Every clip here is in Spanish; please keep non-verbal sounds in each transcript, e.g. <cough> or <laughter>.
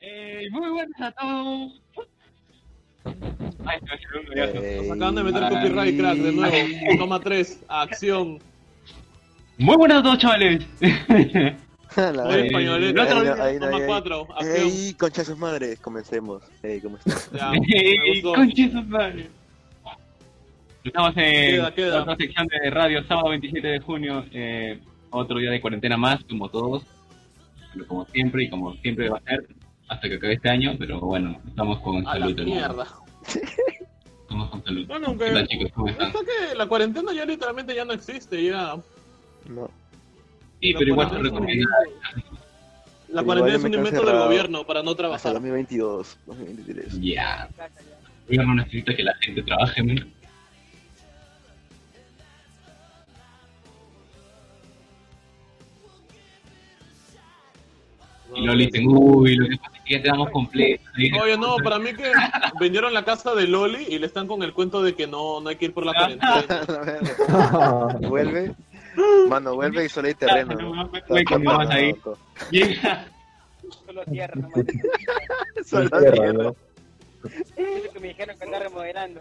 Eh, muy buenas a todos. Ay, no, yo no me voy a- Nos acaban de meter copyright crack <laughs> de nuevo. Toma 3, acción. Muy buenas a todos, chavales. Muy Ay, español. no, Toma ay, ay, ay. 4, acción. Ey, concha de sus madres, comencemos. Ey, ¿cómo estás? Ya, <laughs> Ah, me Ey, gustó. Concha de su madre. Estamos en Queda, queda. otra sección de radio, sábado 27 de junio. eh, otro día de cuarentena más, como todos. Pero como siempre y como siempre va a ser. Hasta que acabe este año, pero bueno, estamos con A la salud. hermano. mierda. Estamos con salud. Bueno, ¿Qué tal, aunque. chicos? ¿Cómo están? Está que la cuarentena ya literalmente ya no existe, ya. <laughs> No. Sí, Pero pero igual por te lo menos- recomiendo. La Igual cuarentena yo es me un quedo invento del encerrado. gobierno para no Hasta trabajar. 2022, <laughs> 2023. Ya. Yo no necesito que la gente trabaje, ¿no? Y lo dicen, uy, lo que pasa es que ya te damos completo. Oye, no, para mí que vendieron la casa de Loli y le están con el cuento de que no, no hay que ir por la cuarentena. La verga. <laughs> vuelve. Mano, vuelve y solo hay terreno. <laughs> Güey, cuando vas ahí, Loco. llega. Solo <laughs> tierra nomás. Solo Tierra, tierra. ¿no? Es lo que me dijeron que andaba remodelando.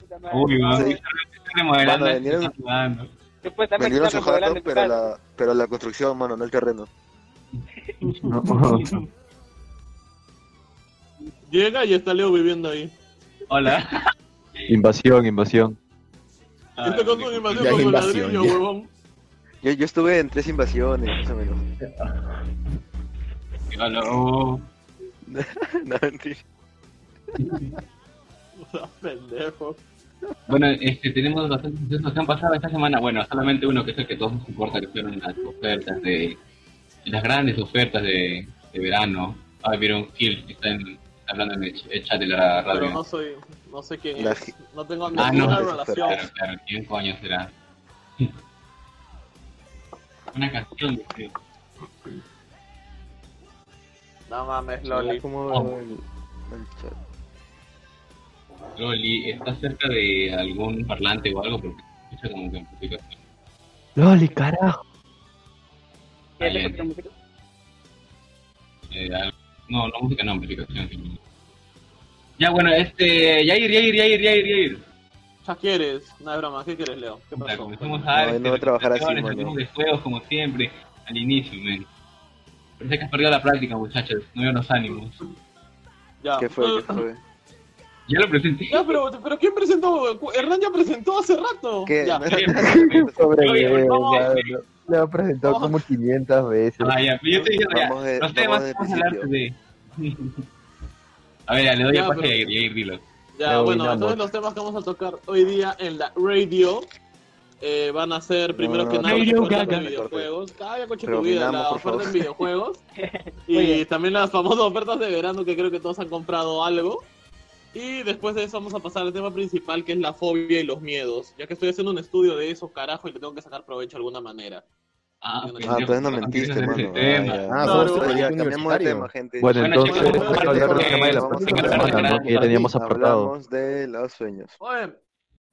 Puta madre. Uy, va. Sí. Está remodelando. Mano, vinieron- está <laughs> jugando. Supuestamente Vendieron está su jato, remodelando tu pero casa. la, pero la construcción, mano, no el terreno. Llega y está Leo viviendo ahí. Hola. <laughs> Invasión, invasión. Ah, Y está con su Ya invasión es con invasión, ladrillo, ya. huevón. <laughs> Yo, yo estuve en tres invasiones, más o menos. Hola. oh. <laughs> No, mentira. O sea, pendejo. Bueno, este, tenemos bastantes sucesos que han pasado esta semana. Bueno, solamente uno que es el que todos nos importa, que fueron las ofertas de. las grandes ofertas de, de verano. Ah, vieron Phil, está en- está hablando en el ch- el chat de la Pero radio. no soy, no sé quién La es. No tengo Ah, no, ninguna es relación. Claro, claro, ¿quién coño será? <laughs> Una canción, este dice. No mames, Loli. ¿Cómo veo el, el chat? Loli, ¿estás cerca de algún parlante o algo? Porque se escucha como que amplificación. Loli, carajo. ¿Qué es lo que te música? Eh, al- no, no música, no amplificación. sino- Ya, bueno, este. Yair, Yair, Yair, Yair, Yair. Ya quieres. No es broma, ¿qué quieres, Leo? ¿Qué O sea, pasó? comenzamos No, a dar no voy a trabajar así, presentaciones, mano. algunos de juegos como siempre, al inicio, men. Parece que has perdido la práctica, muchachos. No veo los ánimos. Ya. ¿Qué fue? ¿Qué fue? Ya lo <laughs> presenté. Ya, pero, pero ¿quién presentó? Hernán ya presentó hace rato. ¿Qué? Ya. No, <laughs> Sobre Oye, huevos, no, ya, sí. lo- Lo ha presentado como 500 veces. Ah, ya, pero yo te dije, ya, Vamos de- los temas vamos de vamos a hablar de... <laughs> a ver, ya, le doy Ya, el pase pero- a Ah, Yair, dilo. Ya, Ya bueno, dominamos. entonces los temas que vamos a tocar hoy día en la radio eh, van a ser primero No, que no, nada no, las no, ofertas Gaga. de videojuegos, cada coche Pero tu vida, dominamos, la por oferta en favor. <laughs> videojuegos y Oye. también las famosas ofertas de verano que creo que todos han comprado algo. Y después de eso vamos a pasar al tema principal que es la fobia y los miedos, ya que estoy haciendo un estudio de eso, carajo, y le tengo que sacar provecho de alguna manera. Ah, Ah, pendejo, pues no mentiste, tienes ese mano. tema. Ah, ya. Ah, somos Pero ya, estudiantes cambiamos de tema, universitarios. gente. Bueno, Bueno, entonces, chicos, vamos a hablar del tema de la vamos a próxima hablar de semana, la ¿no? Que ya teníamos apartado. Hablamos de <laughs> los sueños. Oye,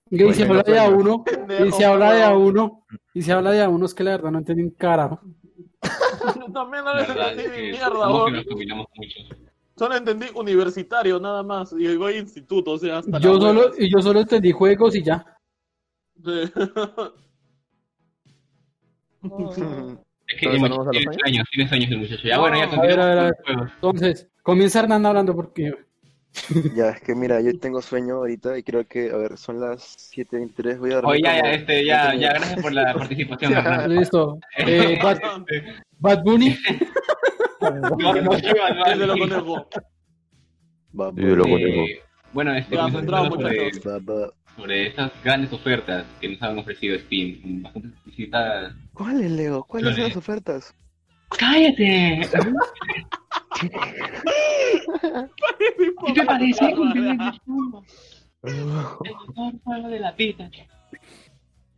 Yo y se Bueno, habla de a uno, y se habla de <laughs> a aún uno, y se habla de a uno, es que la verdad no entendí un carajo. También no La les verdad entendí es ni que mierda, somos que weón. nos combinamos mucho. Solo entendí universitario, nada más. Y voy a instituto, o sea, hasta la Yo hueva. solo, y yo solo entendí juegos y ya. Sí. Es que Entonces, el ¿vamos muchacho a los tiene sueños? sueños, tiene sueños el muchacho. Ya, bueno, ya No, a ver, a ver, a ver. continuamos con los juegos. Entonces, comienza Hernán hablando porque Ya, es que mira, yo tengo sueño ahorita y creo que, a ver, son las 7.23, voy a dormir. Oye, ya, ya, como- este, ya, como- ya, gracias <laughs> por la participación. Hernán. listo. Eh, Bad, <laughs> Bad Bunny, No, no, Iván, no, Ahí se lo Iván. conejo. Va, Y lo va, conejo. Eh, Bueno, este, Ya, comenzamos bravo, hablando sobre- muchachos. va, va. sobre estas grandes ofertas que nos han ofrecido Steam. Bastantes visitas. ¿Cuáles, Leo? ¿Cuáles son las ofertas? ¡Cállate! ¿Qué te parece? El mejor juego de la vida.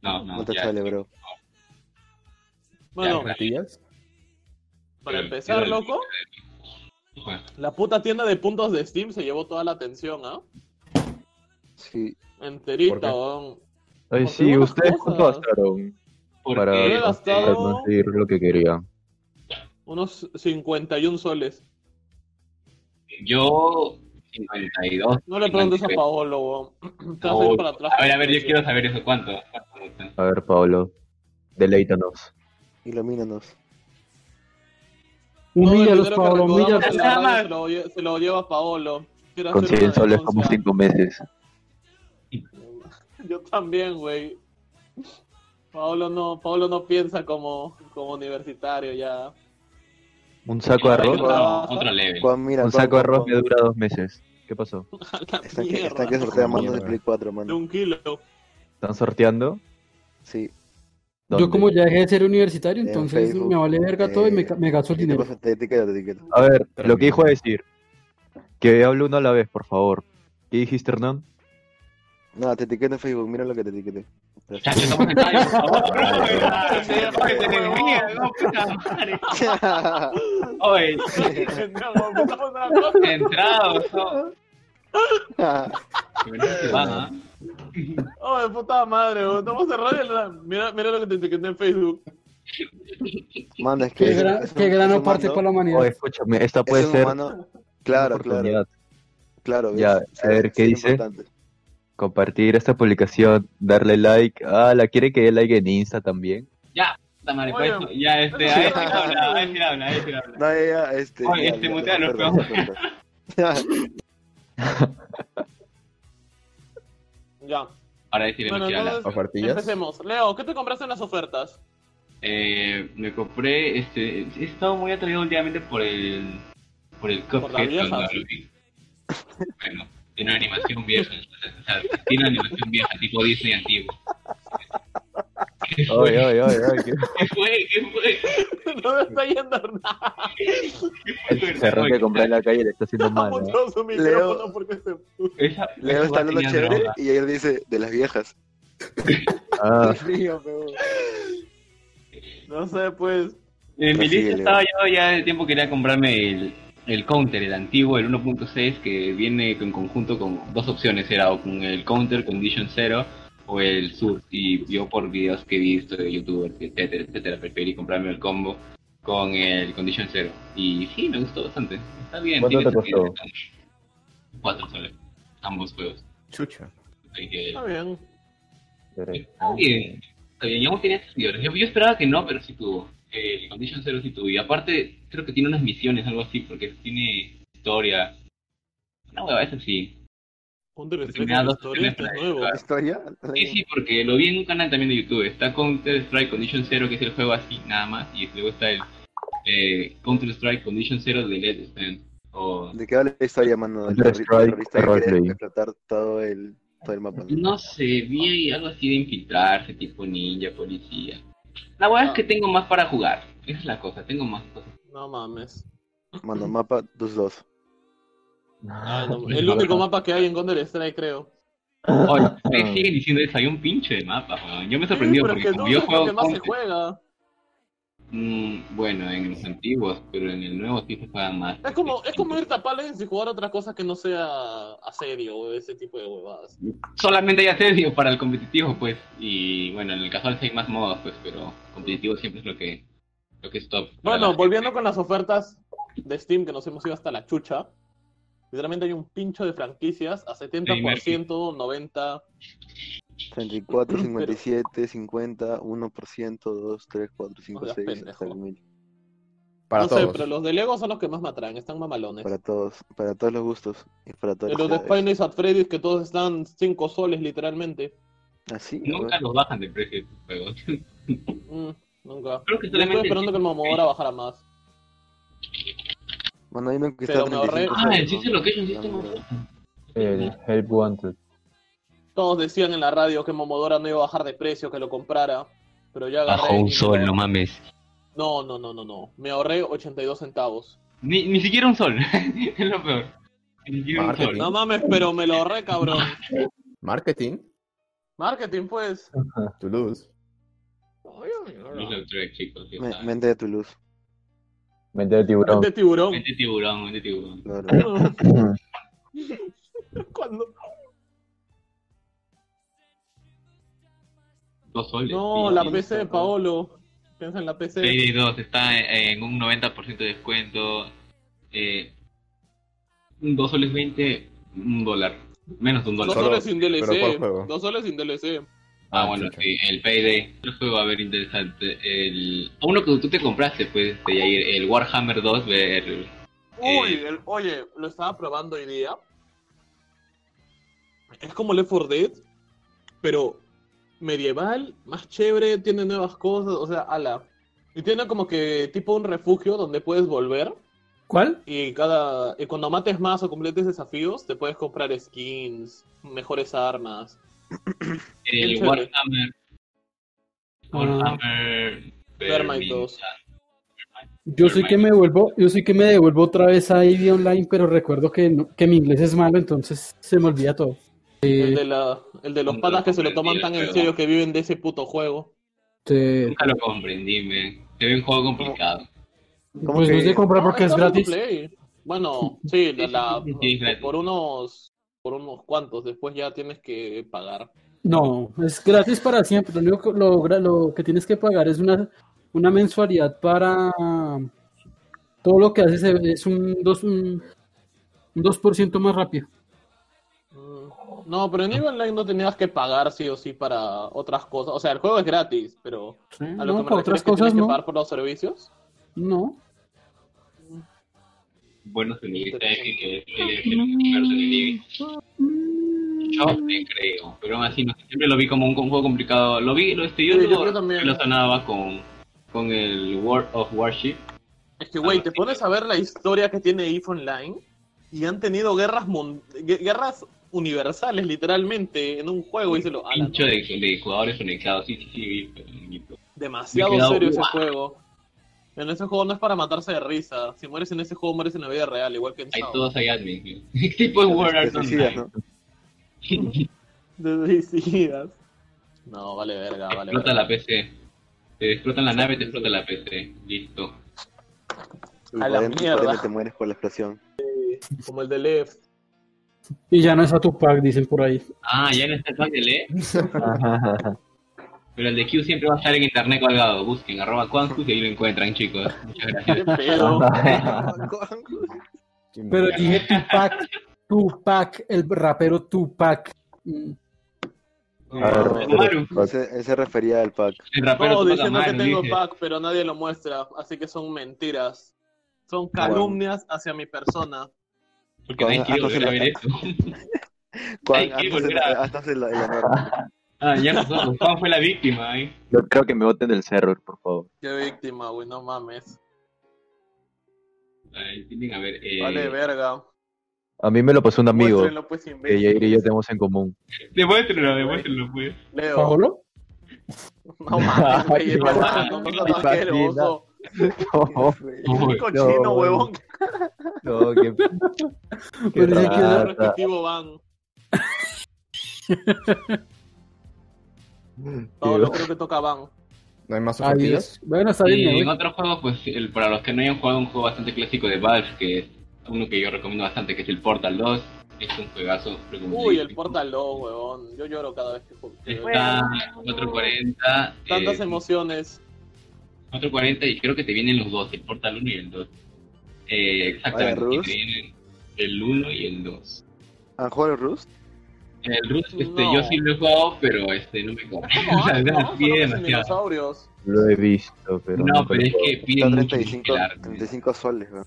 No, no, No te ya. sale, bro. Bueno, Ya, ¿Tías? para empezar, loco, Bueno, la puta tienda de puntos de Steam se llevó toda la atención, ¿ah? Sí. Enterita, ¿Por qué? weón. Oye, Porque sí, buenas ustedes cosas. cuánto gastaron ¿Por para qué? gastado- conseguir lo que querían. Unos 51 soles. Yo, 52. No le preguntes a 53. Paolo, weón. <clears throat> Te vas a No, ir para atrás. A ver, a ver, yo quiero saber eso. ¿Cuánto? ¿Cuánto? A ver, Pablo, deleítanos. Ilumínanos. Todo el Humíllalos, dinero que Pablo, recaudamos humíllalos. en la Nada radio más. Se lo, lle- se lo lleva Paolo. Quiero Con hacer 100 una soles como denuncia. 5 meses. Yo también, güey. Paolo no, Paolo no piensa como, como universitario ya. Un saco de Hay arroz. Otro, otro level. Juan, mira, Un Juan, saco de Juan, arroz me Juan. dura dos meses. ¿Qué pasó? A la Están que, mierda. están que sortean Mierda. mandos de Play 4, De mano. un kilo. ¿Están sorteando? Sí. ¿Dónde? Yo como ya dejé de ser universitario, En entonces Facebook, me vale verga todo y me, ca- me gasto el Yo te dinero. paso- Te etiqueto, te etiqueto. A ver, lo que dijo a decir. Que hable uno a la vez, por favor. ¿Qué dijiste, Hernán? No, te etiqueto en Facebook, mira lo que te etiqueté. Chacho, estamos en radio, por <laughs> favor. Oye, centrados, ¿no? <laughs> Bueno, sí, va, ¿no? Oh, de puta madre, güey. Estamos en radio, la- Mira, mira lo que te etiqueté en Facebook. Mano, es que. Qué gran, qué gran aporte para la Oh, humanidad. escúchame, esta puede ser Claro, una claro, oportunidad. claro. ¿ves? Ya, Sí, a ver, ¿qué es dice? importante. Compartir esta publicación, darle like. Ah, la quiere que dé like en Insta también. Puta madre, Oye. pues, ya, este, a este habla, a este habla, a este habla. No, ya, ya, este. Oye, ya, este ya, mutea, ya, no, perdón, <laughs> ya, perdón. Ya. Ahora deciremos Bueno, que habla. entonces empecemos. Leo, ¿qué te compraste en las ofertas? <laughs> Eh, me compré, este, he estado muy atraído últimamente por el, por el la Cuphead vieja. cuando lo vi. Bueno, tiene una animación vieja, o sea, tiene una animación vieja, tipo Disney antiguo. ¿Qué Oye, fue? oye, oye, oye, qué- <laughs> ¿Qué fue? ¿Qué fue? no me está yendo nada. <laughs> El cerrón que compré en la calle le está haciendo mal. ¿eh? ¿no? <laughs> Muteó su micrófono porque se Esa- Leo esa está hablando tenía chévere droga. y él dice, de las viejas. <laughs> Ah, Dios mío, weón. No sé, pues. En mi lista Prosigue, Leo. Eh, estaba yo ya el tiempo quería comprarme el, el counter, el antiguo, el 1.6, que viene en conjunto con dos opciones, era o con el counter Condition 0 o el sur. Y yo por videos que he visto de youtubers, etcétera, etcétera, preferí comprarme el combo con el Condition 0. Y sí, me gustó bastante. Está bien. ¿Cuánto tiene te sentido. costó? Cuatro soles, ambos juegos. Chucha. Así que- Está bien. Está bien, está bien, ya no tenía seguidores. Yo, yo esperaba que no, pero sí tuvo. Eh, El Condition Zero sí tuvo. Y aparte, creo que tiene unas misiones, algo así, porque tiene historia. Una hueva, eso sí. Counter Strike Pues Tenía con dos historia, esto es opciones nuevo. para ¿Historia? Sí, sí, porque lo vi en un canal también de YouTube. Está Counter Strike Condition Zero, que es el juego así, nada más. Y luego está el eh, Counter Strike Condition Zero de Let's Stand. O ¿De qué habla la historia, mano? El Counter Strike, terrorista que roleplay. quiere explotar todo el, todo el mapa. No sé, vi algo así de infiltrarse, tipo ninja, policía. La hueá es que tengo más para jugar. Esa es la cosa, tengo más cosas. No mames. Mano, mapa 2-2. Ah, Ay, no, el único mapa que hay en Counter Strike, creo. Oye, me siguen diciendo eso, hay un pinche de mapa, weón. Yo me he sorprendido pero porque que como no yo es lo juego que más se Counter- juega. Mm, bueno, en los antiguos, pero en el nuevo sí se juegan más. Es como, es como ir a Palens y jugar otra cosa que no sea asedio o ese tipo de huevadas. <laughs> Solamente hay asedio para el competitivo, pues. Y bueno, en el casual sí hay más modos, pues, pero competitivo siempre es lo que, lo que es top. para Bueno, la- volviendo con las ofertas de Steam que nos hemos ido hasta la chucha. Literalmente hay un pincho de franquicias a 70%, 90%. 34, 57, 50, 1%, 2, 3, 4, 5, seas 6, hasta el pendejo. 1000. Para no sé, todos. pero los de Lego son los que más me atraen, están mamalones. Para todos, para todos los gustos y para De todas los de las Spy edades. Nights at Freddy's que todos están 5 soles literalmente. Así, Nunca los bajan de precio estos juegos. <laughs> Mm, nunca. Creo que Yo estuve solamente- esperando que el Momodora bajara más. mano, hay uno que Pero está me ahorré- 35 Ah, el soles, Sister ¿no? Location sí La está más mierda. bajo. El Help Wanted. Todos decían en la radio que Momodora no iba a bajar de precio, que lo comprara. Pero yo agarré. Bajó y un me- sol, no mames. No, no, no, no, no. Me ahorré 82 centavos. Ni, ni siquiera un sol, <laughs> es lo peor. Ni siquiera un sol. Marketing. No mames, pero me lo ahorré, cabrón. Marketing. Marketing, pues. Toulouse. Los lectores, chicos. ya Me- saben. Mente de Toulouse. Mente de tiburón. De tiburón. Vente Este tiburón, vente tiburón. claro. <laughs> <laughs> Cuando- Dos soles. No, sí, la sí. PC de Paolo. Piensa en la PC. Payday 2 está en un 90% de descuento. Eh, 2 soles 20, un dólar. Menos de un Dos dólar. Solo- soles sin pero ¿cuál DLC. juego? Dos soles sin DLC. Ah, bueno, chucha. sí, el Payday. Otro juego, a ver, interesante. El... a Uno que tú te compraste, pues, de Yair, el Warhammer 2, el- Uy, Eh. el- oye, lo estaba probando hoy día. Es como Left 4 Dead, pero medieval, más chévere, tiene nuevas cosas, o sea, ala. Y tiene como que tipo un refugio donde puedes volver ¿Cuál? y cada y cuando mates más o completes desafíos, te puedes comprar skins, mejores armas. el chévere. Warhammer. Ah. Ah, Warhammer. Vermintide 2. Yo sí que me devuelvo, yo sí que me devuelvo otra vez a ID Online, pero recuerdo que, no- que mi inglés es malo, entonces se me olvida todo. El Eh, de, la, el de los No patas lo que se lo comprendí, toman tan el en juego. serio que viven de ese puto juego. te- Nunca lo comprendí, me. Se ve un juego complicado. ¿Cómo pues no es que- de comprar No, porque es está free gratis. to play. Bueno, sí, la- la- Sí, es gratis. por unos por unos cuantos, después ya tienes que pagar. No, es gratis para siempre. Lo único que, lo, gra- lo que tienes que pagar es una, una mensualidad para todo lo que haces es- es un 2, un, un 2% más rápido. Mm, No, pero en EVE Online no tenías que pagar sí o sí para otras cosas. O sea, el juego es gratis, pero Sí, a lo No, que me para refiero otras es que tienes cosas que no. pagar por los servicios. No. Bueno, se me dice que es el el universo de Living. Yo me creo, pero aún así no sé, siempre lo vi como un, un juego complicado. Lo vi, lo estudié, Sí, yo lo creo también. relacionaba con, con el World of Warship. Es que, güey, te pones a ver la historia que tiene EVE Online y han tenido guerras mun- gue- guerras universales, literalmente, en un juego. Y se lo, ala, Pincho no. de, de jugadores conectados, sí, sí, sí, vi, pero bonito. demasiado Me he quedado, serio ese "Guau". juego. En ese juego no es para matarse de risa. Si mueres en ese juego, mueres en la vida real, igual que en Hay Sao. todos ahí admin. <laughs> ¿Qué tipo de World Te Art suicidas, ¿no? De suicidas. No, vale verga, Ah, vale Explota verga. la PC. Te explotan la nave, te explota la PC. Listo. A la Igualmente- mierda. igualmente te Pues, mueres por la explosión. Como el de Left. Y ya no es a tu pack, dicen por ahí. Ah, ya no está el pack de LE, pero el de Q siempre va a estar en internet colgado. Busquen, arroba Quantus y ahí lo encuentran, chicos. Muchas gracias. Qué pedo. Pero dije Tupac, Tupac, el rapero Tupac. Mm, A ver, No, repítelo. Maru. Fuck. <laughs> Ese, ese se refería al pack. El rapero Todos Tupac diciendo que Amaru, tengo dice. pack, pero nadie lo muestra. Así que son mentiras. Son calumnias hacia mi persona. Porque nadie quiere volver a ver eso. Ay, Juan, qué haznos el- volverá. haznos el- el honor. <laughs> Ah, ya nosotros. Juan fue la víctima, ¿eh? Yo creo que me voten del server, por favor. Qué víctima, güey, no mames. Ay, tienen, a ver, eh, Vale verga. A mí me lo pasó un amigo Muéstrenlo, pues, que imbéciles. Yair y yo tenemos en <laughs> común. Demuéstrenlo, demuéstrenlo, pues. Leo. ¿Paolo? No mames, güey, Ay, es Paolo. no no, no, asqueroso. oh, Uy, Cochino, No. huevón. No, qué, qué Pero dice que Su Ah, rata. respectivo <laughs> van. Digo, Paolo, creo que toca van. ¿No hay más Ahí ofertillas? es. Bueno, está bien. Y me en voy. otros juegos, pues, el- para los que no hayan jugado un juego bastante clásico de Valve, que es uno que yo recomiendo bastante, que es el Portal 2, es un juegazo. recomendadísimo. Uy, el Portal 2, huevón. Yo lloro cada vez que juego. Está 440, Tantas eh, emociones. 440 y creo que te vienen los dos, el Portal 1 y el 2. Eh, exactamente, Vaya, y Rus. te vienen el 1 y el 2. ¿Han jugado el Rust? El Rus, este, No. yo sí lo he jugado, pero este, no me compra. ¿Cómo? O sea, ¿No? no, Solo pide que sin demasiado. dinosaurios. Lo he visto, pero No, nunca pero lo es que pide Está mucho 35, el arte. 35 soles, weón.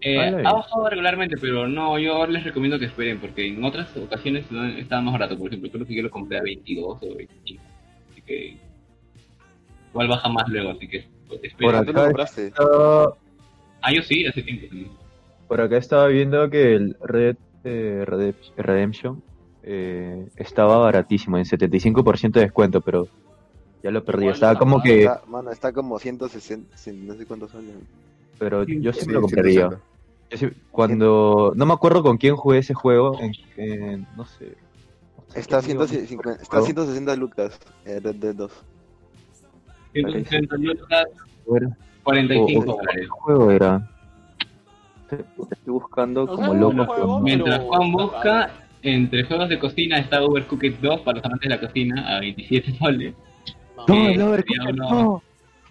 Eh, Ah, la ha bien. bajado regularmente, pero no, yo les recomiendo que esperen, porque en otras ocasiones no- estaba más barato. Por ejemplo, creo que yo lo compré a 22 o 25. Así que. Igual baja más luego, así que pues, esperen. Por ¿Dónde lo acá. compraste? estaba- Ah, yo sí, hace tiempo también. Por acá estaba viendo que el Red eh, Redemp- Redemption eh, estaba baratísimo, en 75% de descuento, pero ya lo perdí. Igual Estaba está como que. Está- mano, está como 160, sin- no sé cuántos soles. Pero yo sí Sí, me lo compraría. 160. Yo sí- cuando. No me acuerdo con quién jugué ese juego. En, en- no sé. Está, a haciendo 150, está a 160 lucas, eh, Red Dead 2. 160 lucas, Bueno. 45 Oh, oh. dólares. juego era? Estoy estoy buscando O sea, como es un loco. juego, ¿no? Mientras Pero- Juan busca, entre juegos de cocina está Overcooked 2 para los amantes de la cocina a 27 soles. No. No, eh, el Overcooked, Diablo. no.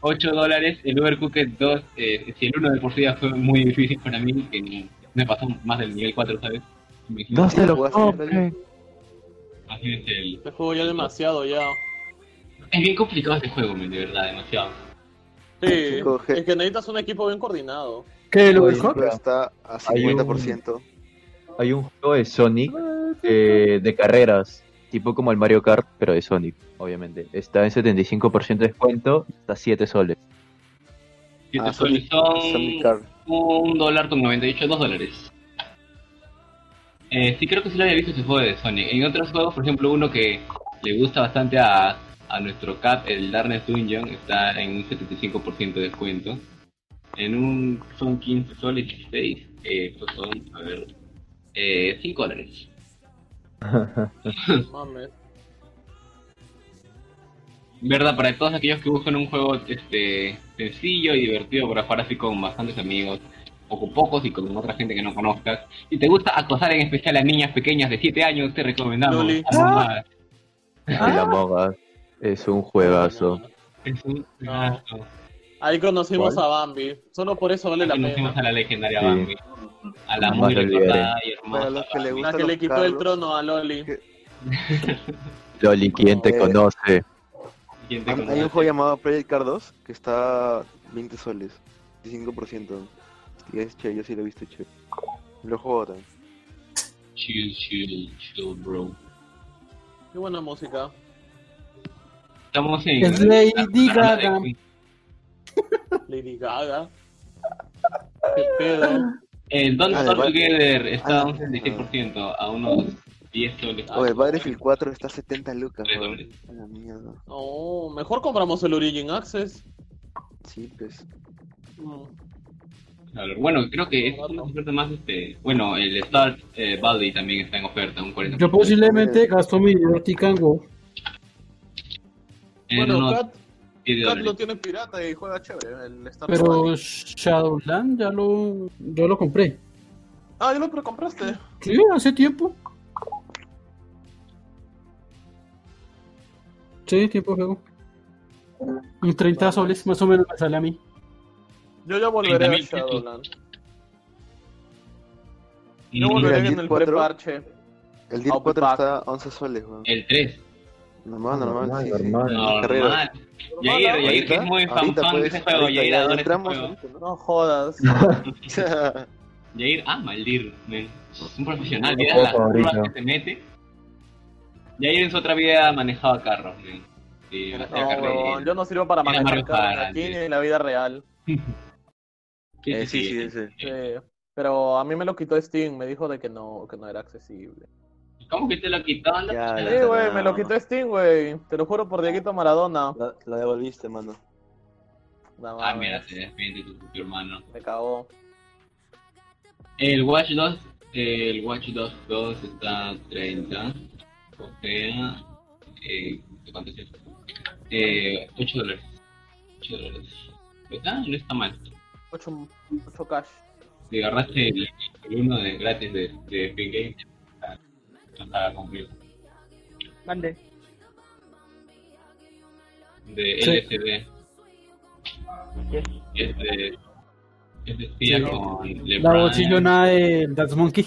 8 dólares. El Overcooked 2, eh, si el 1 de por sí ya fue muy difícil para mí, que me pasó más del nivel 4, ¿sabes? Me dijiste, No se lo ¿Jugaste compre. así es, el... Este juego ya demasiado, ya. es bien complicado este juego, men, de verdad, demasiado. Sí, Chico, je- es que necesitas un equipo bien coordinado. Que lo Oye, mejor Pero está a Hay un- 50%. Hay un juego de Sonic eh, de carreras, tipo como el Mario Kart, pero de Sonic, obviamente. Está en 75% de descuento, está 7 soles. 7 Ah, soles Sonic- son Sonic Car. un dólar con 98, 2 dólares. Eh, sí, creo que sí lo había visto ese juego de Sonic. En otros juegos, por ejemplo, uno que le gusta bastante a, a nuestro cat, el Darkness Dungeon, está en un 75% de descuento. En un son 15 soles 16, eh, estos son, a ver, eh, 5 dólares. Mames. Verdad, para todos aquellos que buscan un juego este sencillo y divertido para jugar así con bastantes amigos, o con pocos y con otra gente que no conozcas. Si te gusta acosar en especial a niñas pequeñas de 7 años, te recomendamos. Loli. Among Us. El Among Us es un juegazo. Es un No. juegazo. Ahí conocimos a Bambi. Solo por eso vale la Conocimos pena. a la legendaria Sí. Bambi, a la Jamás muy la recordada y hermosa. Para los que le La gustan que le los quitó el carros, trono a Loli. Loli, ¿quién te Eh, conoce? ¿Quién te Hay conoce? un juego llamado Project Car 2 que está 20 soles, 25%. Y es chévere, yo sí lo he visto chévere. Lo juego también. Chill, chill, chill, bro. Qué buena música. Estamos en. Es Lady Gaga. Lady Gaga. Qué pedo. El Don't Ah, Starve vale. Together está a un Ah. 76%, a unos 10 soles. Oye, el Battlefield 4 está a 70 lucas, Tres weón. dólares. A la mierda. No, mejor compramos el Origin Access. Sí, pues. Mm. Eh, A ver, Bueno, creo que es una oferta más. este Bueno, el Star eh, Valley también está en oferta, un 40%. Yo posiblemente gasto mi dinero tica en WoW. En Bueno, unos Kat, 10 Kat lo dólares. tiene pirata y juega chévere. El Star Pero Valley. Shadowland ya lo, yo lo compré. Ah, ya lo precompraste. Sí, hace tiempo. Sí, tiempo de juego. Un 30 soles más o menos me sale a mí. Yo ya volveré a 30.000 pesos. Shadowland. Y Yo Mira, volveré el en el 4. preparche. El Deal I'll be 4 back. está a 11 soles, weón. el 3, Normal, normal. Normal, sí, sí. normal. normal. Carrera. Yair, Normal, Yair, que es muy fan, ahorita, fan de pues, ese juego. ahorita, Yair ya adora ese entramos juego. <laughs> No jodas. ahorita, ¿no? Yair ama el DIR, ah, men. Es un profesional, Mi mira juego las curvas favorito. que se mete. Yair en su otra vida manejaba carros, men. Sí, No, hacía carreras. huevón, yo no sirvo para Mira manejar Mario carros Kart, aquí ni sí. en la vida real. Sí, Eh, sí, sí, sí. Sí. Sí, Pero a mí me lo quitó Steam, me dijo de que no, que no era accesible. ¿Cómo que te lo quitaban? Ya, Las- ya. Sí, güey, me lo quitó Steam, güey. Te lo juro por Dieguito Maradona. La, la devolviste, mano. No, Ah, mames, mira, se defiende tu, tu hermano. Me cagó. El Watch 2, el Watch 2 2 está a 30. O sea, eh, ¿cuánto es esto? Eh, 8 dólares. 8 dólares. ¿Verdad? No está mal. 8, 8 cash. Si agarraste el, el uno de gratis de, de Epic Games, ah, no estaba cumplido. Mande. <laughs> De Sí. LCD. ¿Qué? Es de. Este, Es de espía Sí. con La LeBron. bochillona del That's Monkey.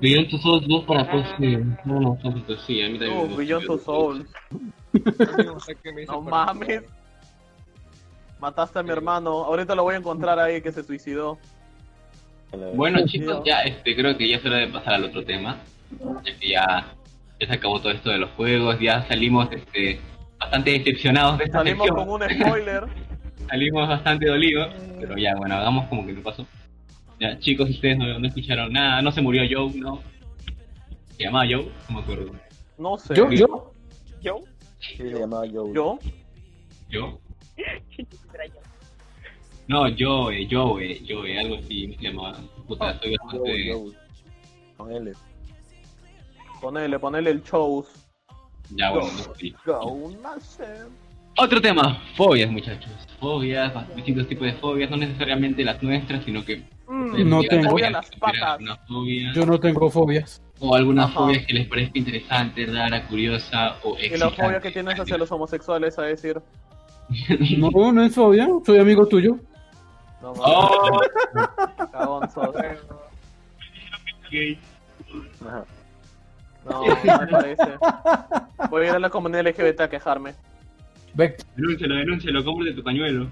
Beyond Two Souls 2 para PC. No, no, no, sí, a mí también. me Uh, gusta Beyond Two Souls. No sé qué me dice No por- mames. Mataste a mi hermano. Ahorita lo voy a encontrar ahí que se suicidó. Bueno chicos, ya este creo que ya es hora de pasar al otro tema. Ya que ya, ya se acabó todo esto de los juegos, ya salimos este bastante decepcionados de esta Salimos sección. con un spoiler. Salimos bastante dolidos, pero ya bueno, hagamos como que no pasó. Ya chicos, ustedes no, no escucharon nada, no se murió Joe, no. Se llamaba Joe, no me acuerdo. No sé. Yo, yo, ¿Yo? Sí, le llamaba Joe. ¿Yo? ¿Yo? No, Joe, eh, Joe, Joe, algo así se llamaba. Ah, Puta, soy bastante... Con L. Ponele, ponele el shows. Ya bueno, no sé. Go, no sé. Otro tema, fobias muchachos. Fobias, distintos tipos de fobias, no necesariamente las nuestras, sino que... Mm, No Digan, tengo. oigan, Las si patas. tuvieran alguna fobia, yo no tengo fobias. o algunas Ajá. fobias que les parezca interesante, rara, curiosa o y la fobia que excitante. tienes hacia los homosexuales, a decir. No, no es Fabián, soy amigo tuyo. No, ¡Oh! cagón sos. gay. No, no me parece. Voy a ir a la comunidad LGBT a quejarme. Ve, Denúncialo, denúncialo, cómprate tu pañuelo.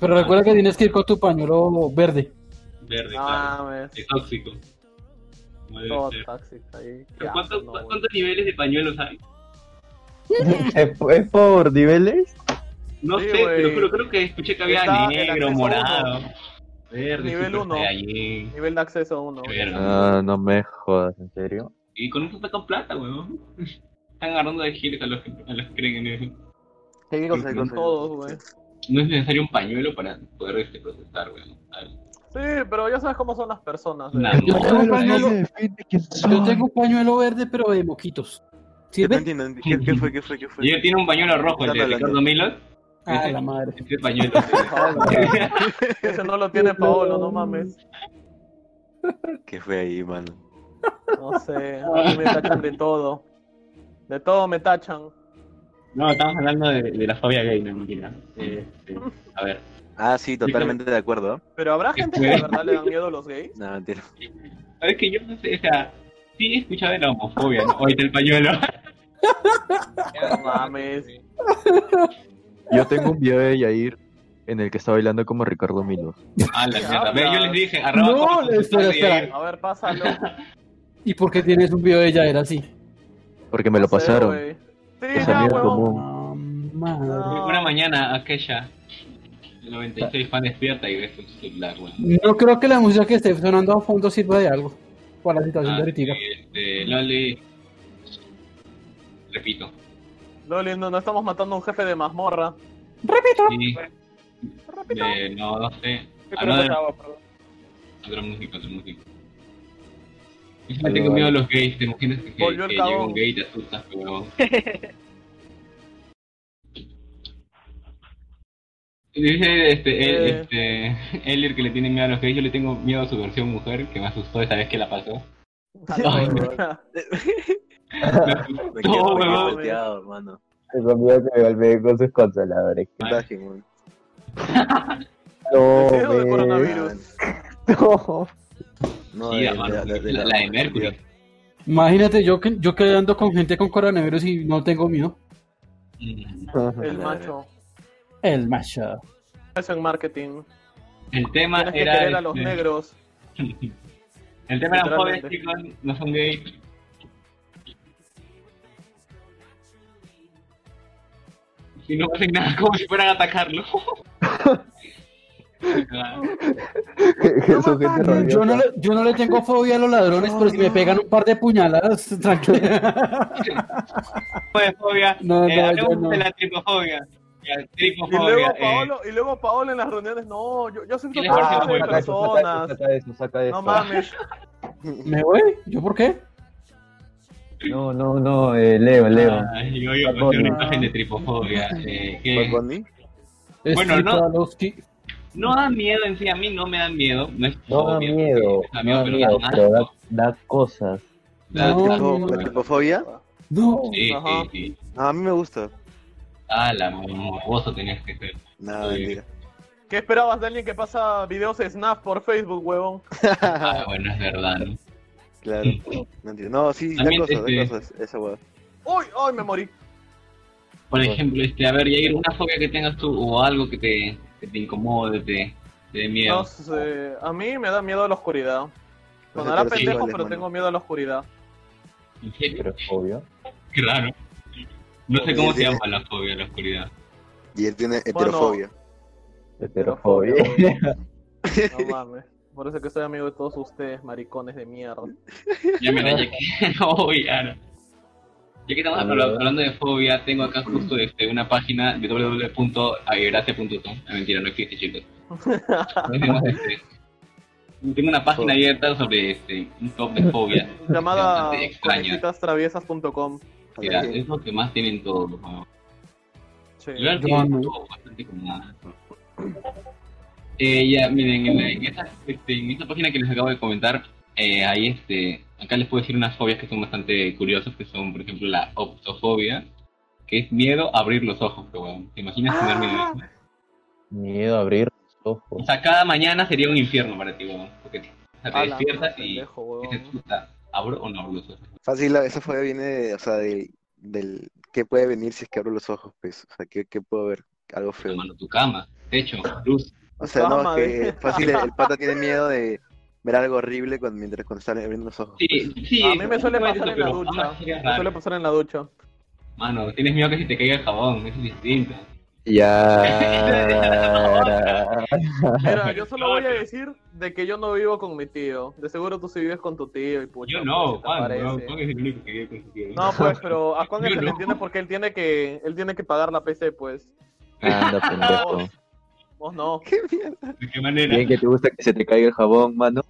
pero recuerda que tienes que ir con tu pañuelo verde. Verde, claro. Ah, Es tóxico. Como Es debe todo ser. tóxico ahí. ¿Pero Ya, ¿Cuántos, no, cu- güey. cuántos niveles de pañuelos hay? <laughs> ¿Es, es por niveles? No Sí, sé, pero güey. creo, creo que escuché que había Está el negro, acceso morado, verde, Nivel super uno. saiyajin, nivel de acceso 1. qué verga. Ah, no me jodas, ¿en serio? Y con eso sacan plata, weón. Están agarrando de giles a los, que- a los que creen en eso. ¿Qué cosa, qué cosa? Todos, güey. No es necesario un pañuelo para poder este, protestar, weón. A ver, Sí, pero ya sabes cómo son las personas. güey. Una Yo no. tengo un pañuelo, yo tengo un pañuelo verde, pero de moquitos. ¿Qué, no ¿Sirve? entiendo, ¿qué, qué fue? ¿Qué fue? ¿Qué fue? Y él tiene un pañuelo rojo, el de Dame la Ricardo Milos. A Ah, la madre. Este pañuelo. sí. <laughs> Ese no lo tiene Paolo, <laughs> no mames. ¿Qué fue ahí, mano? No sé, a mí me tachan de todo. De todo me tachan. No, estamos hablando de, de la fobia gay, no mentira. Este, a ver. Ah, sí, totalmente de acuerdo. Pero habrá gente que de verdad le dan miedo a los <laughs> gays. No, <laughs> mentira. A ver, que yo no sé, o sea, sí he escuchado de la homofobia, ¿no? Oíste el pañuelo. No mames. Yo tengo un video de Yair en el que está bailando como Ricardo Milo. Ah, la mierda. Ve, yo les dije, arroba. No, todos sus espera, usuarios. espera. A ver, pásalo. ¿Y por qué tienes un video de ella? Era así. Porque me lo No sé, pasaron. güey. Que Sí, ya, salía huevón. como... Ah, madre. No. Una mañana aquella, el 96 fan despierta y ves un celular, weón. No creo que la música que esté sonando a fondo sirva de algo para la situación de ahorita. Ah, este, Loli. Repito. Loli, no, no estamos matando a un jefe de mazmorra. <laughs> Sí. Eh, no, Ah, no sé. Hablando de otra música, otra música. Yo siempre tengo miedo a los gays, te imaginas que, que- Volvió el que llega cabón. un gay y te asustas, <laughs> pero... Dice este, el, Eh. este, Elir que le tiene miedo a los gays, yo le tengo miedo a su versión mujer, que me asustó esa vez que la <laughs> pasó. Ay, <laughs> Me asustó, <laughs> Me quedé, me quedé huevón. volteado, hermano. Es un video que me golpeé con sus consoladores. Imagen, weón. <laughs> No, Deseo de me- coronavirus. no. No, Sí, hermano, la- la de Mercury. Imagínate, yo que yo quedando con gente con coronavirus y no tengo miedo. Mm. El macho. El macho. Eso en marketing. El tema Tienes que Ah, era... querer a los este, negros. El tema eran jóvenes, Literalmente. chicos, no son gays. Y no hacen nada como si fueran a atacarlo. <laughs> Son gente rabiosa. Yo no, le, yo no le tengo fobia a los ladrones, pero si me pegan un par de puñaladas, <laughs> tranquila. Fue fobia. No, eh, no, hablemos yo no. de la tripofobia. La <laughs> Y luego tripofobia. eh, Paolo, y luego Paolo en las reuniones, no, yo, yo siento Y que les pareció clase de bueno. saca eso, saca personas. eso, saca eso, saca No eso. mames. ¿Me voy? ¿Yo por qué? No, no, no, eh, Leo, Leo. Ah. ay, Ah, yo, yo, Bad Bunny. una imagen de tripofobia. eh, que- ¿Bad Bunny? Bueno, Estoy no. para los que- no da miedo en sí, a mí no me da miedo. No, es No da fobia, miedo, porque me da no da pero miedo, da pero da, asco, da cosas. da- No. da ¿La asco, la tripofobia? No. Sí, Ajá. sí, sí. Ah, a mí me gusta. Ah, la morboso tenías que <laughs> ser. Nada, Sí. mentira. ¿Qué esperabas de alguien que pasa videos de Snap por Facebook, huevón? Ah, bueno, es verdad, ¿no? Claro. Mentira. No, sí, da También, cosas, da este- cosas. Esa weón. ¡Uy! ¡Ay, me morí! Por ejemplo, este, a ver, Yair, una fobia que tengas tú o algo que te, que te incomode, te, te dé miedo. No sé, a mí me da miedo a la oscuridad. Los Sonará heterosexuales, pendejo, pero mano. tengo miedo a la oscuridad. ¿En serio? Pero es obvio. Qué raro. No sé cómo se Sí. llama la fobia a la oscuridad. Y él tiene heterofobia. <laughs> Heterofobia. No mames. Por eso que soy amigo de todos ustedes, maricones de mierda. Ya me <laughs> la llegué. Oh, ya. <laughs> no. Ya que estamos habla- hablando de fobia, tengo acá justo este, una página de www.agracia.com. Ah, mentira, no existe, <laughs> chicos. No tenemos, este, tengo una página abierta sobre este, un top de fobias. Llamada Bastante extraña. conejitastraviesas.com. Mira, es lo que más tienen todos. ¿no? Sí. Yo la Yo tengo no. bastante cómoda. Eh, ya, miren, en, la- en esa, este, en esa página que les acabo de comentar, eh, ahí este, acá les puedo decir unas fobias que son bastante curiosas, que son, por ejemplo, la optofobia, que es miedo a abrir los ojos, pero, weón. ¿Te imaginas tener miedo? Miedo a abrir los ojos. O sea, cada mañana sería un infierno para ti, weón. Porque o sea, te A la despiertas mierda, y pendejo, huevón. dices, puta, ¿abro o no abro los ojos? Fácil, la- esa fobia viene, de- o sea, del, del que puede venir si es que abro los ojos, pues. O sea, que, que puedo ver algo feo. Hermano, tu cama, techo, luz. O sea, no, Cama, es que ve. fácil, <laughs> el pata tiene miedo de ver algo horrible cuando, mientras cuando está abriendo los ojos. pues. Sí, sí. A mí me suele pero- pasar en la pero, ducha. ah, sí, es Me raro. suele pasar en la ducha. Mano, tienes miedo que si te caiga el jabón, eso es distinto. Ya. <laughs> Mira, yo solo voy a decir de que yo no vivo con mi tío. De seguro tú sí vives con tu tío y pucha. Yo pues, no, si te Juan, parece. weón, Juan es el único que vive con su tío. No, pues, pero a Juan Yo se no. le entiende porque él tiene que, él tiene que pagar la PC, pues. Anda, pendejo. Vos no. <laughs> ¡Qué mierda! <laughs> ¿De qué manera? Bien que te gusta que se te caiga el jabón, mano.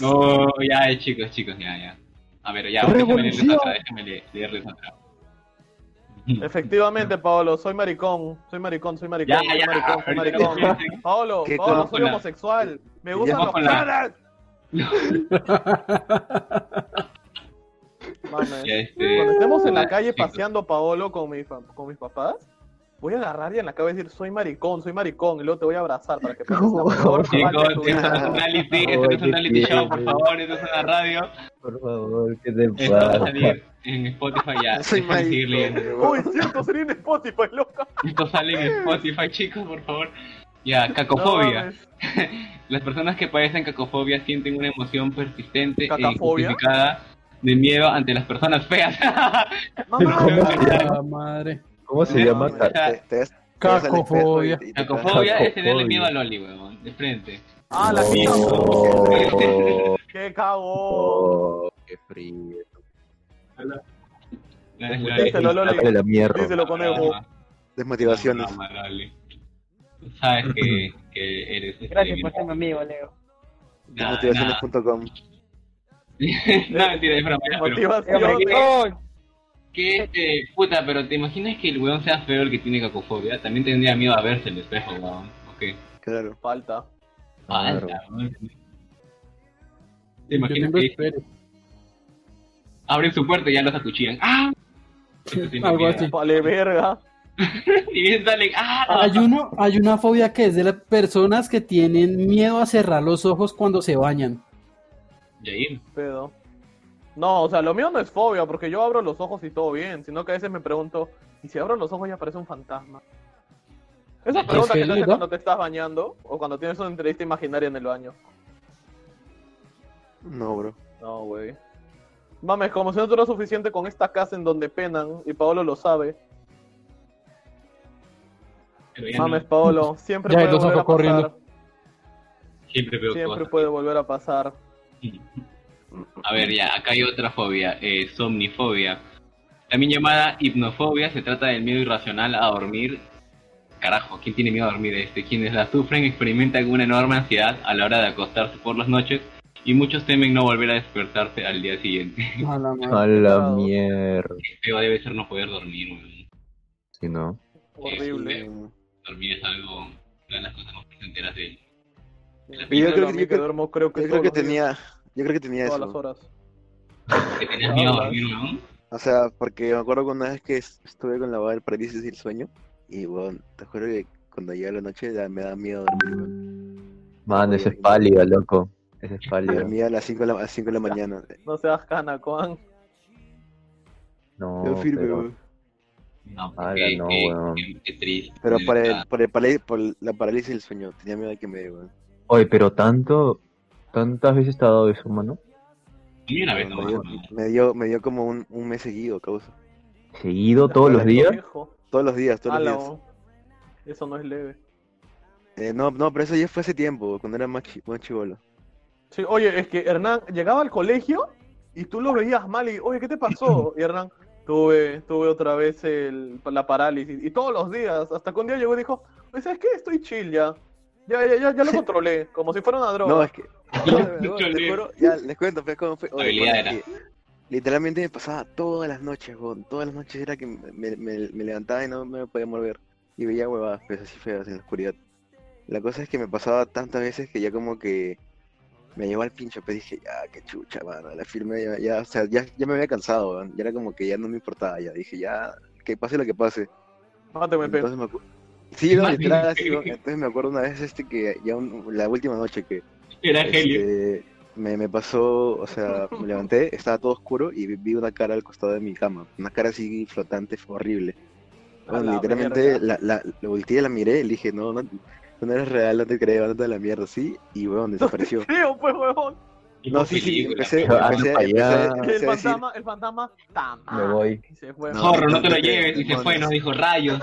No, ya, eh, chicos, chicos, ya, ya. A ver, ya, déjame leerles otra, déjame le- leerles otra. Efectivamente, Paolo, soy maricón. Soy maricón, soy maricón, Ya, soy ya, maricón, soy ahorita maricón. no piensen- Paolo, Qué Paolo, soy cojones. homosexual. Me Ya gustan los cojones. caras. ya, <laughs> Mames. este, Cuando estemos en la ya, calle chicos. paseando Paolo con, mi fa- con mis papás, voy a agarrar y en la cabeza decir, soy maricón, soy maricón, y luego te voy a abrazar para que pases la peor Chicos, parte de tu eso no vida. es un reality, eso no es un reality show, por favor, eso es una radio. Por favor, que te Esto va a pasa. salir en Spotify <laughs> ya. <laughs> Soy déjame seguir maricón, leyendo. weón. Uy, cierto, sería en Spotify, loca. Esto sale en Spotify, chicos, por favor. Ya, No cacofobia. mames. Las personas que padecen cacofobia sienten una emoción persistente e ¿Cacafobia? injustificada de miedo ante las personas feas. <laughs> No ¿Cómo? mames. La madre. ¿Cómo se llama? No, Ca- no, Te- te ves- te ves al espejo y Cacofobia. te- y te Cacofobia es tenerle Cacofobia. miedo a Loli, weón, de frente. Ah, la mía. Oh, Qué cago. oh, qué frío. No es Díselo, Loli. Sácale la mierda. Díselo, conejo. cagas. Desmotivaciones. "Ah, No, no, Loli. Tú Sabes que, que eres. este, Gracias bien- pues. por ser mi amigo, Leo. Nada, nada. Desmotivaciones.com. <laughs> No, mentira, es broma, ya, pero- Leo, Motivación. maricón. Que, eh, puta, pero te imaginas que el weón sea feo el que tiene cacofobia, también tendría miedo a verse en el espejo, weón. Ok. Claro. Falta. Claro. Falta, weón. Te Yo imaginas tengo que espere. abren su puerta y ya los acuchillan. ¡Ah! Eso tiene Algo miedo. así. Vale, verga. <laughs> Y bien salen, ¡ah! Hay, uno, hay una fobia que es de las personas que tienen miedo a cerrar los ojos cuando se bañan. Yair. Pedo. No, o sea, lo mío no es fobia, porque yo abro los ojos y todo bien, sino que a veces me pregunto, ¿y si abro los ojos y aparece un fantasma? Esa Es pregunta que te feliz, haces ¿no? cuando te estás bañando o cuando tienes una entrevista imaginaria en el baño. No, bro. No, güey. Mames, como si no tuviera suficiente con esta casa en donde penan, y Paolo lo sabe. Pero ya Mames, no, Paolo, siempre Ya, puede los volver a ojos corriendo. pasar. siempre veo Siempre cosas. puede volver a pasar. A ver, ya, acá hay otra fobia, eh, somnifobia. También llamada hipnofobia, se trata del miedo irracional a dormir. Carajo, ¿quién tiene miedo a dormir? Este, quienes la sufren experimentan una enorme ansiedad a la hora de acostarse por las noches y muchos temen no volver a despertarse al día siguiente. <laughs> A la madre. A la mierda. Qué feo debe ser no poder dormir, weón. Si no. Horrible. Dormir es algo, una de las cosas más placenteras de Yo creo que- a mí yo que creo- duermo creo que Yo creo todos que los días, tenía, yo creo que tenía todas las eso. horas. Que tenías miedo a dormir, weón. O sea, porque me acuerdo que una vez que es- estuve con la boda del parálisis del sueño, y bueno, te juro que cuando llega la noche ya me da miedo dormir, weón. Mano, ese es pálido, loco. Ese es pálido. Dormía a las 5 de la, a las cinco de la mañana. No seas cana, Juan. No, Yo firme, pero... weón. No, Ala, qué- no, qué- weón. qué- qué triste. Ah, Pero de por, el, verdad. por, el, parali- por la parálisis del sueño, tenía miedo de que me dé, weón. Oye, pero tanto... Tantas veces te ha dado eso, mano. A mí una vez Me nomás, dio, weón. me dio, me dio como un, un mes seguido, causa. Seguido todos los días. Hijo. Todos los días, todos Ala, los días. oh. Eso no es leve. Eh, no, no, pero eso ya fue hace tiempo, cuando era más, chi- más chivolo. Sí, oye, es que Hernán llegaba al colegio y tú lo veías mal y, oye, ¿qué <clears throat> te pasó? Y Hernán, tuve, tuve otra vez el- la parálisis. Y todos los días, hasta que un día llegó y dijo, "Oye, ¿sabes qué? Estoy chill ya. Ya, ya, ya, ya <laughs> lo controlé, como si fuera una droga. No, <laughs> es que. Yo No, no weón, escucho te bien. juro, ya les cuento, pues, cómo fue. Oye, Habilidad weón, que Literalmente me pasaba todas las noches, weón. Todas las noches era que me, me- me levantaba y no me podía mover. Y veía huevadas, pues así feas en la oscuridad. La cosa es que me pasaba tantas veces que ya como que me llevó al pincho, pues dije, ya, qué chucha, mano. La firme, ya, ya, o sea, ya, ya me había cansado, weón. Ya era como que ya no me importaba, ya dije, ya, que pase lo que pase. Mátame, pe. Entonces me acu- <laughs> Sí, no, Más literal, bien, así, sí. ¿no? Entonces me acuerdo una vez este que ya un- la última noche que Era Helio. este, me, me pasó, o sea, me levanté, estaba todo oscuro y vi- vi una cara al costado de mi cama, una cara así flotante, fue horrible. A Bueno, la literalmente verga. la, la, la volteé, la miré y le dije, no, no, tú no eres real, no te creo, no te la mierda, sí, y weón, <laughs> desapareció. Creo, pues, huevón. No, sí, sí, empecé, Ah, no, empecé, para empecé, allá. empecé El a decir, fantasma, el fantasma. Tamá. Me voy. Y se fue. No, Zorro, no te lo no, lleves. Y se no, fue, no. nos dijo rayos.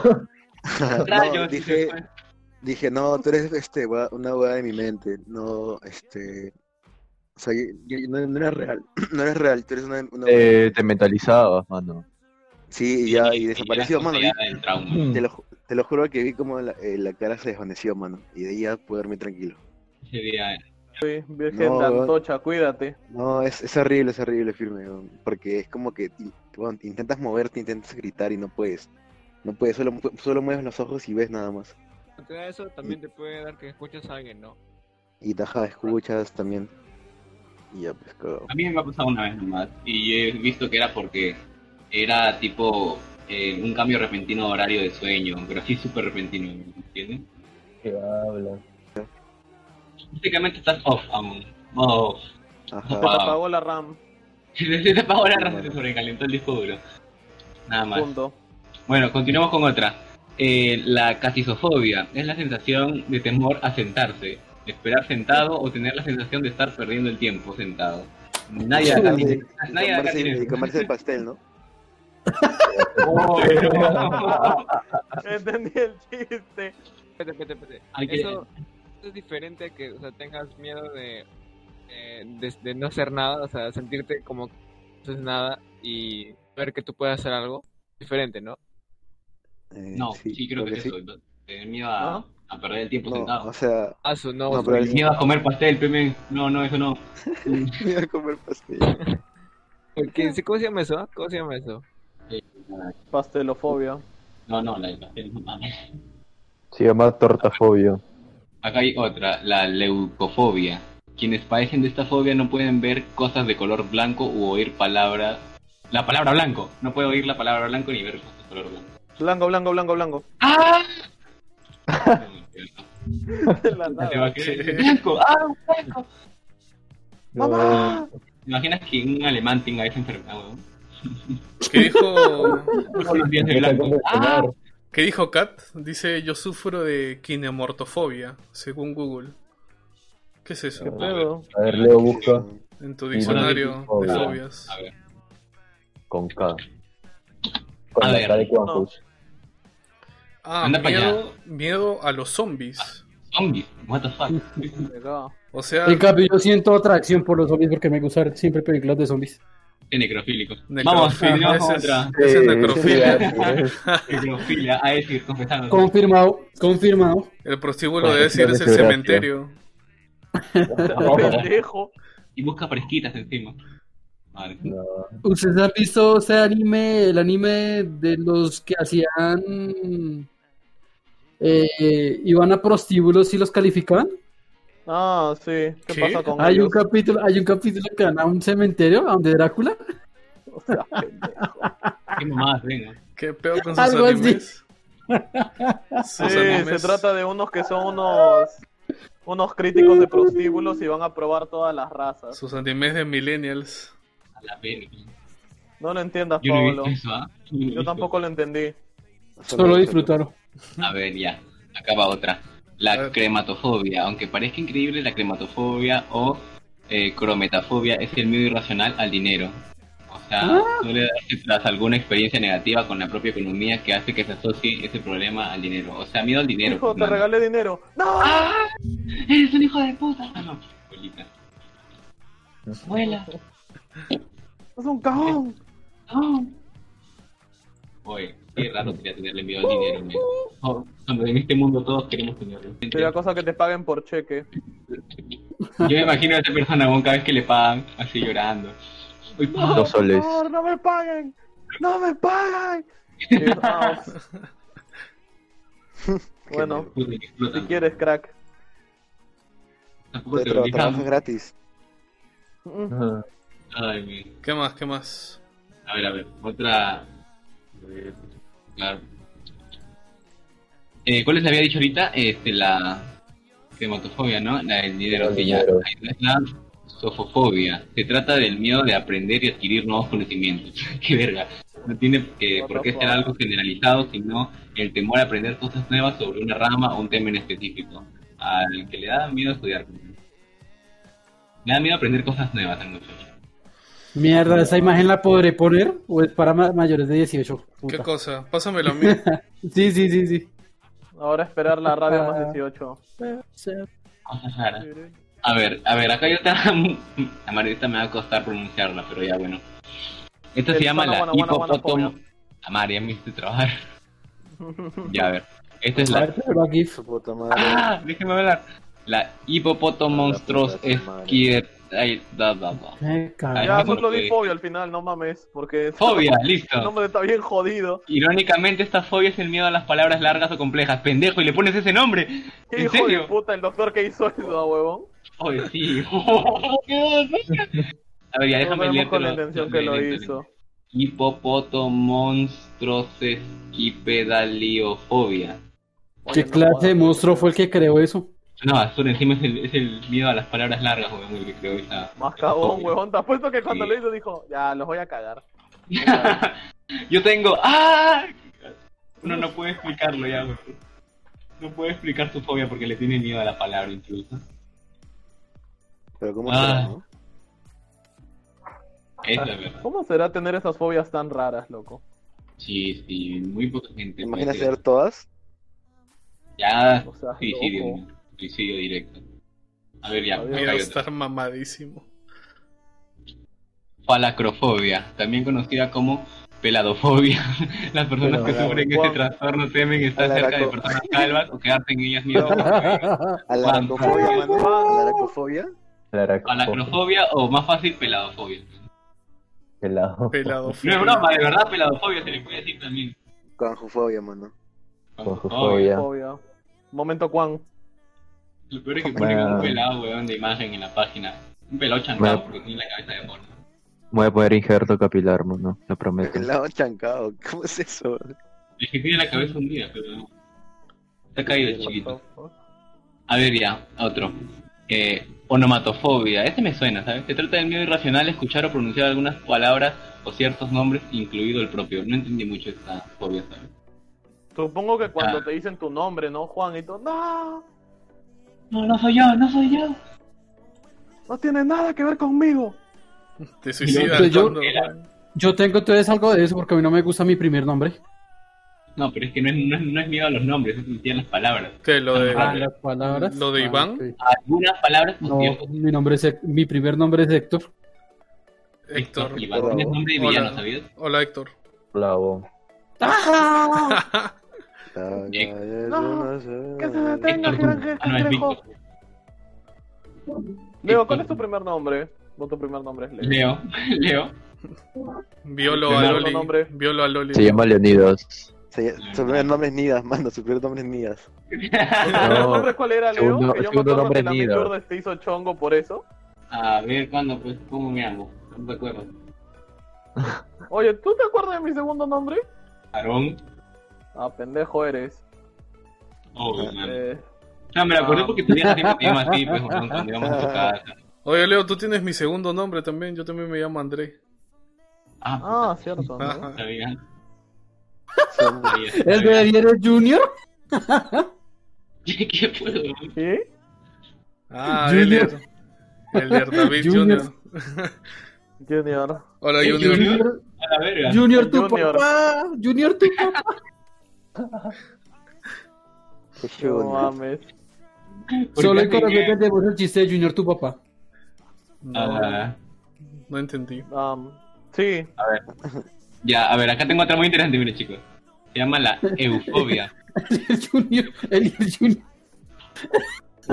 Rayos. <laughs> no, y se dije, fue. Dije, no, tú eres este, gua- una hueá de mi mente. No, este. O sea, yo- yo- no, no eres real. <clears throat> No eres real, tú eres una. una- Te, te mentalizabas, mano. Sí, y ya, y la desapareció, mano. sociedad del trauma. Te lo, ju- te lo juro que vi como la, eh, la cara se desvaneció, mano. Y de ahí ya pude dormir tranquilo. Ese día, Sí, Virgen No, de huevón. Antocha, cuídate. No, es, es horrible, es horrible, firme. weón, Porque es como que in- weón, intentas moverte, intentas gritar y no puedes. No puedes, solo, mu- solo mueves los ojos y ves nada más. Aparte de eso, también te puede dar que escuches a alguien, ¿no? Y taja, escuchas también. Y ya, pues, cagado. A mí me ha pasado una vez nomás y he visto que era porque era tipo eh, un cambio repentino de horario de sueño, pero así súper repentino, ¿me entiendes? ¿Qué hablas? Prácticamente estás off, aún. Off. Ajá. Se te Wow. apagó la RAM. <laughs> Se te apagó la Sí, raza, se bueno. sobrecalentó el disco duro. Nada más. <laughs> Punto. Bueno, continuamos con otra. Eh, la casisofobia es la sensación de temor a sentarse, esperar sentado o tener la sensación de estar perdiendo el tiempo sentado. Nadie acá Y- tiene. y <laughs> Nadie acá comerse- tiene. y comerse el pastel, ¿no? Oh, <laughs> no. Entendí el chiste. Espérate, espérate, espérate. Hay que- Eso, eso es diferente a que o sea, tengas miedo de, eh, de, de no hacer nada, o sea, sentirte como que no haces nada y ver que tú puedes hacer algo diferente, ¿no? Eh, No, sí, creo que, es sí. eso. ¿no? Tener miedo a, ¿No? a perder el tiempo No, sentado. o sea, A su no, No, su- pero el- <laughs> Miedo a comer pastel, peme. No, no, eso no. me iba a comer pastel. ¿Qué- sí, ¿Cómo se llama eso? ¿Cómo se llama eso? Pastelofobia. No, no, la del pastel no mames. Se llama tortafobia. Acá hay otra, la leucofobia. Quienes padecen de esta fobia no pueden ver cosas de color blanco u oír palabras. La palabra blanco. No puedo oír la palabra blanco ni ver cosas de color blanco. <laughs> Blanco, blanco, blanco, blanco. ¡Ah! De la nada. Te va a quedar blanco. ¡Ah! ¡Mamá! ¿Te imaginas que un alemán tenga esa enfermedad, weón? ¿Qué <laughs> dijo, Todos los días de blanco. ¡Ah! qué dijo Kat? Dice, yo sufro de kinemortofobia, según Google. ¿Qué es eso? ¿Qué pedo? A ver, Leo busca En tu diccionario de Kinemortofobia. fobias. A ver. con K. Con A la ver, K de Krampus. Ah, Anda pa' Ah, miedo, miedo a los zombies. Zombies. What the fuck. Me cago. O sea, En cambio, yo siento atracción por los zombies porque me gustan siempre películas de zombies. de necrofílico. Vamos, continuamos necrofilia. con Ese es- otra. ese es Sí, necrofilia. sí, sí, sí. <laughs> Necrofilia, a decir, confesando. Confirmado, confirmado. El prostíbulo Bueno, de decir es el gracias, gracias. cementerio. Oh. Pendejo. Y busca fresquitas encima. Madre. ¿Ustedes han visto ese anime, el anime de los que hacían... eh, iban a prostíbulos y los calificaban? Ah, sí. ¿Qué, ¿Qué? pasa con Hay un ellos? capítulo, hay un capítulo que van a un cementerio, a donde Drácula. Qué mamadas, venga. ¿Qué pedo con sus Algo así. animes? Sí, Sus se animes. trata de unos que son unos unos críticos de prostíbulos y van a probar todas las razas. Sus animes de millennials. A la pena. No lo entiendas, Yo no he Pablo. visto eso, ¿ah? Yo no he Yo visto. tampoco lo entendí. Solo disfrutaron. A ver, ya. Acaba otra. La A ver. crematofobia. Aunque parezca increíble, la crematofobia o eh, crometafobia es el miedo irracional al dinero. O sea, suele darse tras alguna experiencia negativa con la propia economía que hace que se asocie ese problema al dinero. O sea, miedo al dinero. Ah. Hijo, te mano. regalé dinero. ¡No! ¡Eres un hijo de puta! Ah, no, abuelita. ¡Es un cajón! Oye, qué raro sería tenerle miedo al dinero, men. Oh, cuando en este mundo todos queremos tenerlo. Sería cosa que te paguen por cheque. Yo me imagino a esa persona weón, cada vez que le pagan, así llorando. Uy, pa, Dos soles. ¡No, no me paguen! ¡No me pagan! Y- ah, Qué <laughs> bueno, mal. puta, que si explotan. quieres, crack. Tampoco Te te tra- obligan. trabajas gratis. Mm, Ajá. Ay, men. ¿Qué más? ¿Qué más? A ver, a ver, otra. Claro. Eh, ¿Cuál les había dicho ahorita? Este, la cremotofobia, ¿no? La del dinero, que ya Dinero. ahí no es la sofofobia. Se trata del miedo de aprender y adquirir nuevos conocimientos. <laughs> ¡Qué verga! No tiene eh, por qué ser algo generalizado, sino el temor a aprender cosas nuevas sobre una rama o un tema en específico. Al que le da miedo estudiar. Le da miedo aprender cosas nuevas al muchacho. Mierda, ¿esa imagen la podré poner? ¿O es para ma- mayores de 18? ¿Qué Puta. cosa? Pásamelo a <laughs> mí. Sí, sí, sí, sí. Ahora esperar la radio más 18. Cosas raras. A ver, a ver, acá yo está. La Margarita me va a costar pronunciarla, pero ya bueno. Esta se El llama la guana, guana, guana, hipopotomo. fobia. La María me hizo trabajar. Ya, a ver. Esta es A la. ver, pero aquí. Su puta madre. <laughs> ¡Ah! Déjeme hablar. La hipopoto monstruos puta madre. izquierda. Ay, da, da, da. Me cago. Ya, Ya, porque- solo di fobia al final, no mames, porque eh. Fobia, <laughs> el listo. nombre está bien jodido. Irónicamente, esta fobia es el miedo a las palabras largas o complejas. Pendejo, y le pones ese nombre. ¿Qué ¿En hijo serio? de puta el doctor que hizo eso, ah, huevón? Oye, sí. <laughs> a ver, ya No déjame sabemos leer. con la intención que lo hizo. Hipopoto monstroses y pedaliofobia. ¿Qué clase de monstruo fue el que creó eso? No, basura, encima es el, es el miedo a las palabras largas, weón, el que creo esa. Más cabón, fobia. huevón. Te apuesto que cuando Sí. lo hizo dijo, ya, los voy <laughs> a cagar. Yo tengo. ¡Ah! Uno no puede explicarlo ya, weón. No puede explicar su fobia porque le tiene miedo a la palabra incluso. Pero ¿cómo Ah. será, no? Es la verdad. ¿Cómo será tener esas fobias tan raras, loco? Sí, sí, muy poca gente. ¿Te imaginas puede hacer todas? Ya, O sea, suicidio, loco. mira, suicidio directo. A ver, ya, A acá ver, hay voy Voy a otra. estar mamadísimo. Falacrofobia, también conocida como peladofobia. <laughs> Las personas Pero, que a la- sufren este Juan- trastorno temen a estar la cerca de araco- personas calvas o quedarse en ellas mismas. ¿A la Juan, aracofobia, Juan, mano? ¿A la aracofobia? Falacrofobia o más fácil, peladofobia. Pelado. Pelado No es feo. broma, de verdad, peladofobia se le puede decir también. Canjofobia, mano. Fobia. Fobia. Fobia. Momento, Juan. Lo peor es que ponen Bueno. un pelado, weón, de imagen en la página. Un pelado chancado porque tiene la cabeza de mono. Voy a poner injerto capilar, mano. Lo prometo. El lado chancado. <laughs> ¿Cómo es eso? Es que tiene la cabeza hundida, pero no. Está caído el chiquito. A ver ya, otro. Eh, onomatofobia. Este me suena, ¿sabes? Se trata del miedo irracional a escuchar o pronunciar algunas palabras o ciertos nombres, incluido el propio. No entendí mucho esta fobia, ¿sabes? Supongo que cuando Ah. te dicen tu nombre, ¿no, Juan? Y tú, no, No, no soy yo, no soy yo. no tiene nada que ver conmigo. Te suicidas Pues yo- cuando- Yo tengo entonces algo de eso porque a mí no me gusta mi primer nombre. No, pero es que no es, no es- no es miedo a los nombres, es sentir las palabras. ¿Qué? Lo de... Ah, las palabras. ¿Lo de Ah, Iván? ok. Algunas palabras con No, ciertos mi nombre es Hec- mi primer nombre es Héctor. Héctor. Y Iván. Tienes nombre de Hola. villano, ¿sabías? Hola, Héctor. <laughs> Pelado. Nick. No, Que se detenga, Héctor. que gran- que Ah, no, es cangrejo. Víctor. Leo, ¿cuál es tu primer nombre? No, tu primer nombre es Leo. Leo, <laughs> Leo. Violo a Fernando, Loli. nombre. Violo a Loli. Se llama Leonidas. Se- Su primer nombre es Nidas, mano. Su primer nombre es Nidas. ¿Tu primer No. nombre cuál era, Leo? Segundo- que yo me segundo acuerdo nombre que la Nido. Miss te hizo chongo por eso. A ver, ¿cuándo? Pues, ¿cómo me hago? No me acuerdo. Oye, ¿tú te acuerdas de mi segundo nombre? Aarón. Ah, pendejo eres. Oh, man. Eh, No, me la acordé Ah. porque tu vieja siempre te llama así, pues, weón, cuando íbamos a tu casa. Oye, Leo, tú tienes mi segundo nombre también. Yo también me llamo André. Ah, ah, cierto, ¿no? Ajá. sabía. ¿El de ayer es Junior? <laughs> ¿Qué puedo? ¿Sí? <laughs> Ah, Junior. Elder. Elder David Junior. Junior. Junior. Hola, Junior. A la verga. Junior tu Junior. papá. Junior tu papá. Es No chulo. mames. <laughs> ¿Por Solo qué en Colombia tenía- entendemos el chiste de Junior tu papá. <laughs> No, Ah, no entendí. Um, sí, ya, a ver, acá tengo otra muy interesante, mire, chicos. Se llama la eufobia. El Junior, el Junior.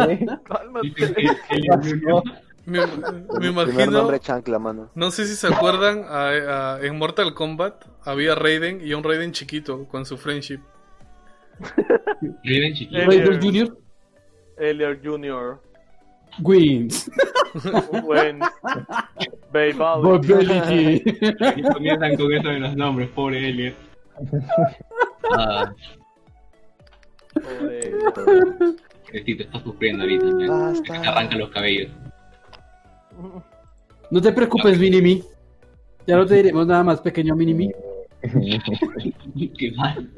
Dicen cálmate. que <laughs> el- <laughs> Me, me Primer imagino. nombre chancla, mano. <laughs> No sé si se acuerdan, a- a- en Mortal Kombat había Raiden y un Raiden chiquito con su friendship. Raiden chiquito. El- Raider Junior Elder Junior. wins. <laughs> Buen. Babe, Alex. Mobility. Y comienzan con eso de los nombres, pobre Elliot. Ah, Pobre. Cretito, estás sufriendo ahorita, man. Basta. Te arranca los cabellos. <laughs> No te preocupes, Minimi. Ya no te <laughs> diremos nada más, pequeño Minimi. Qué mal.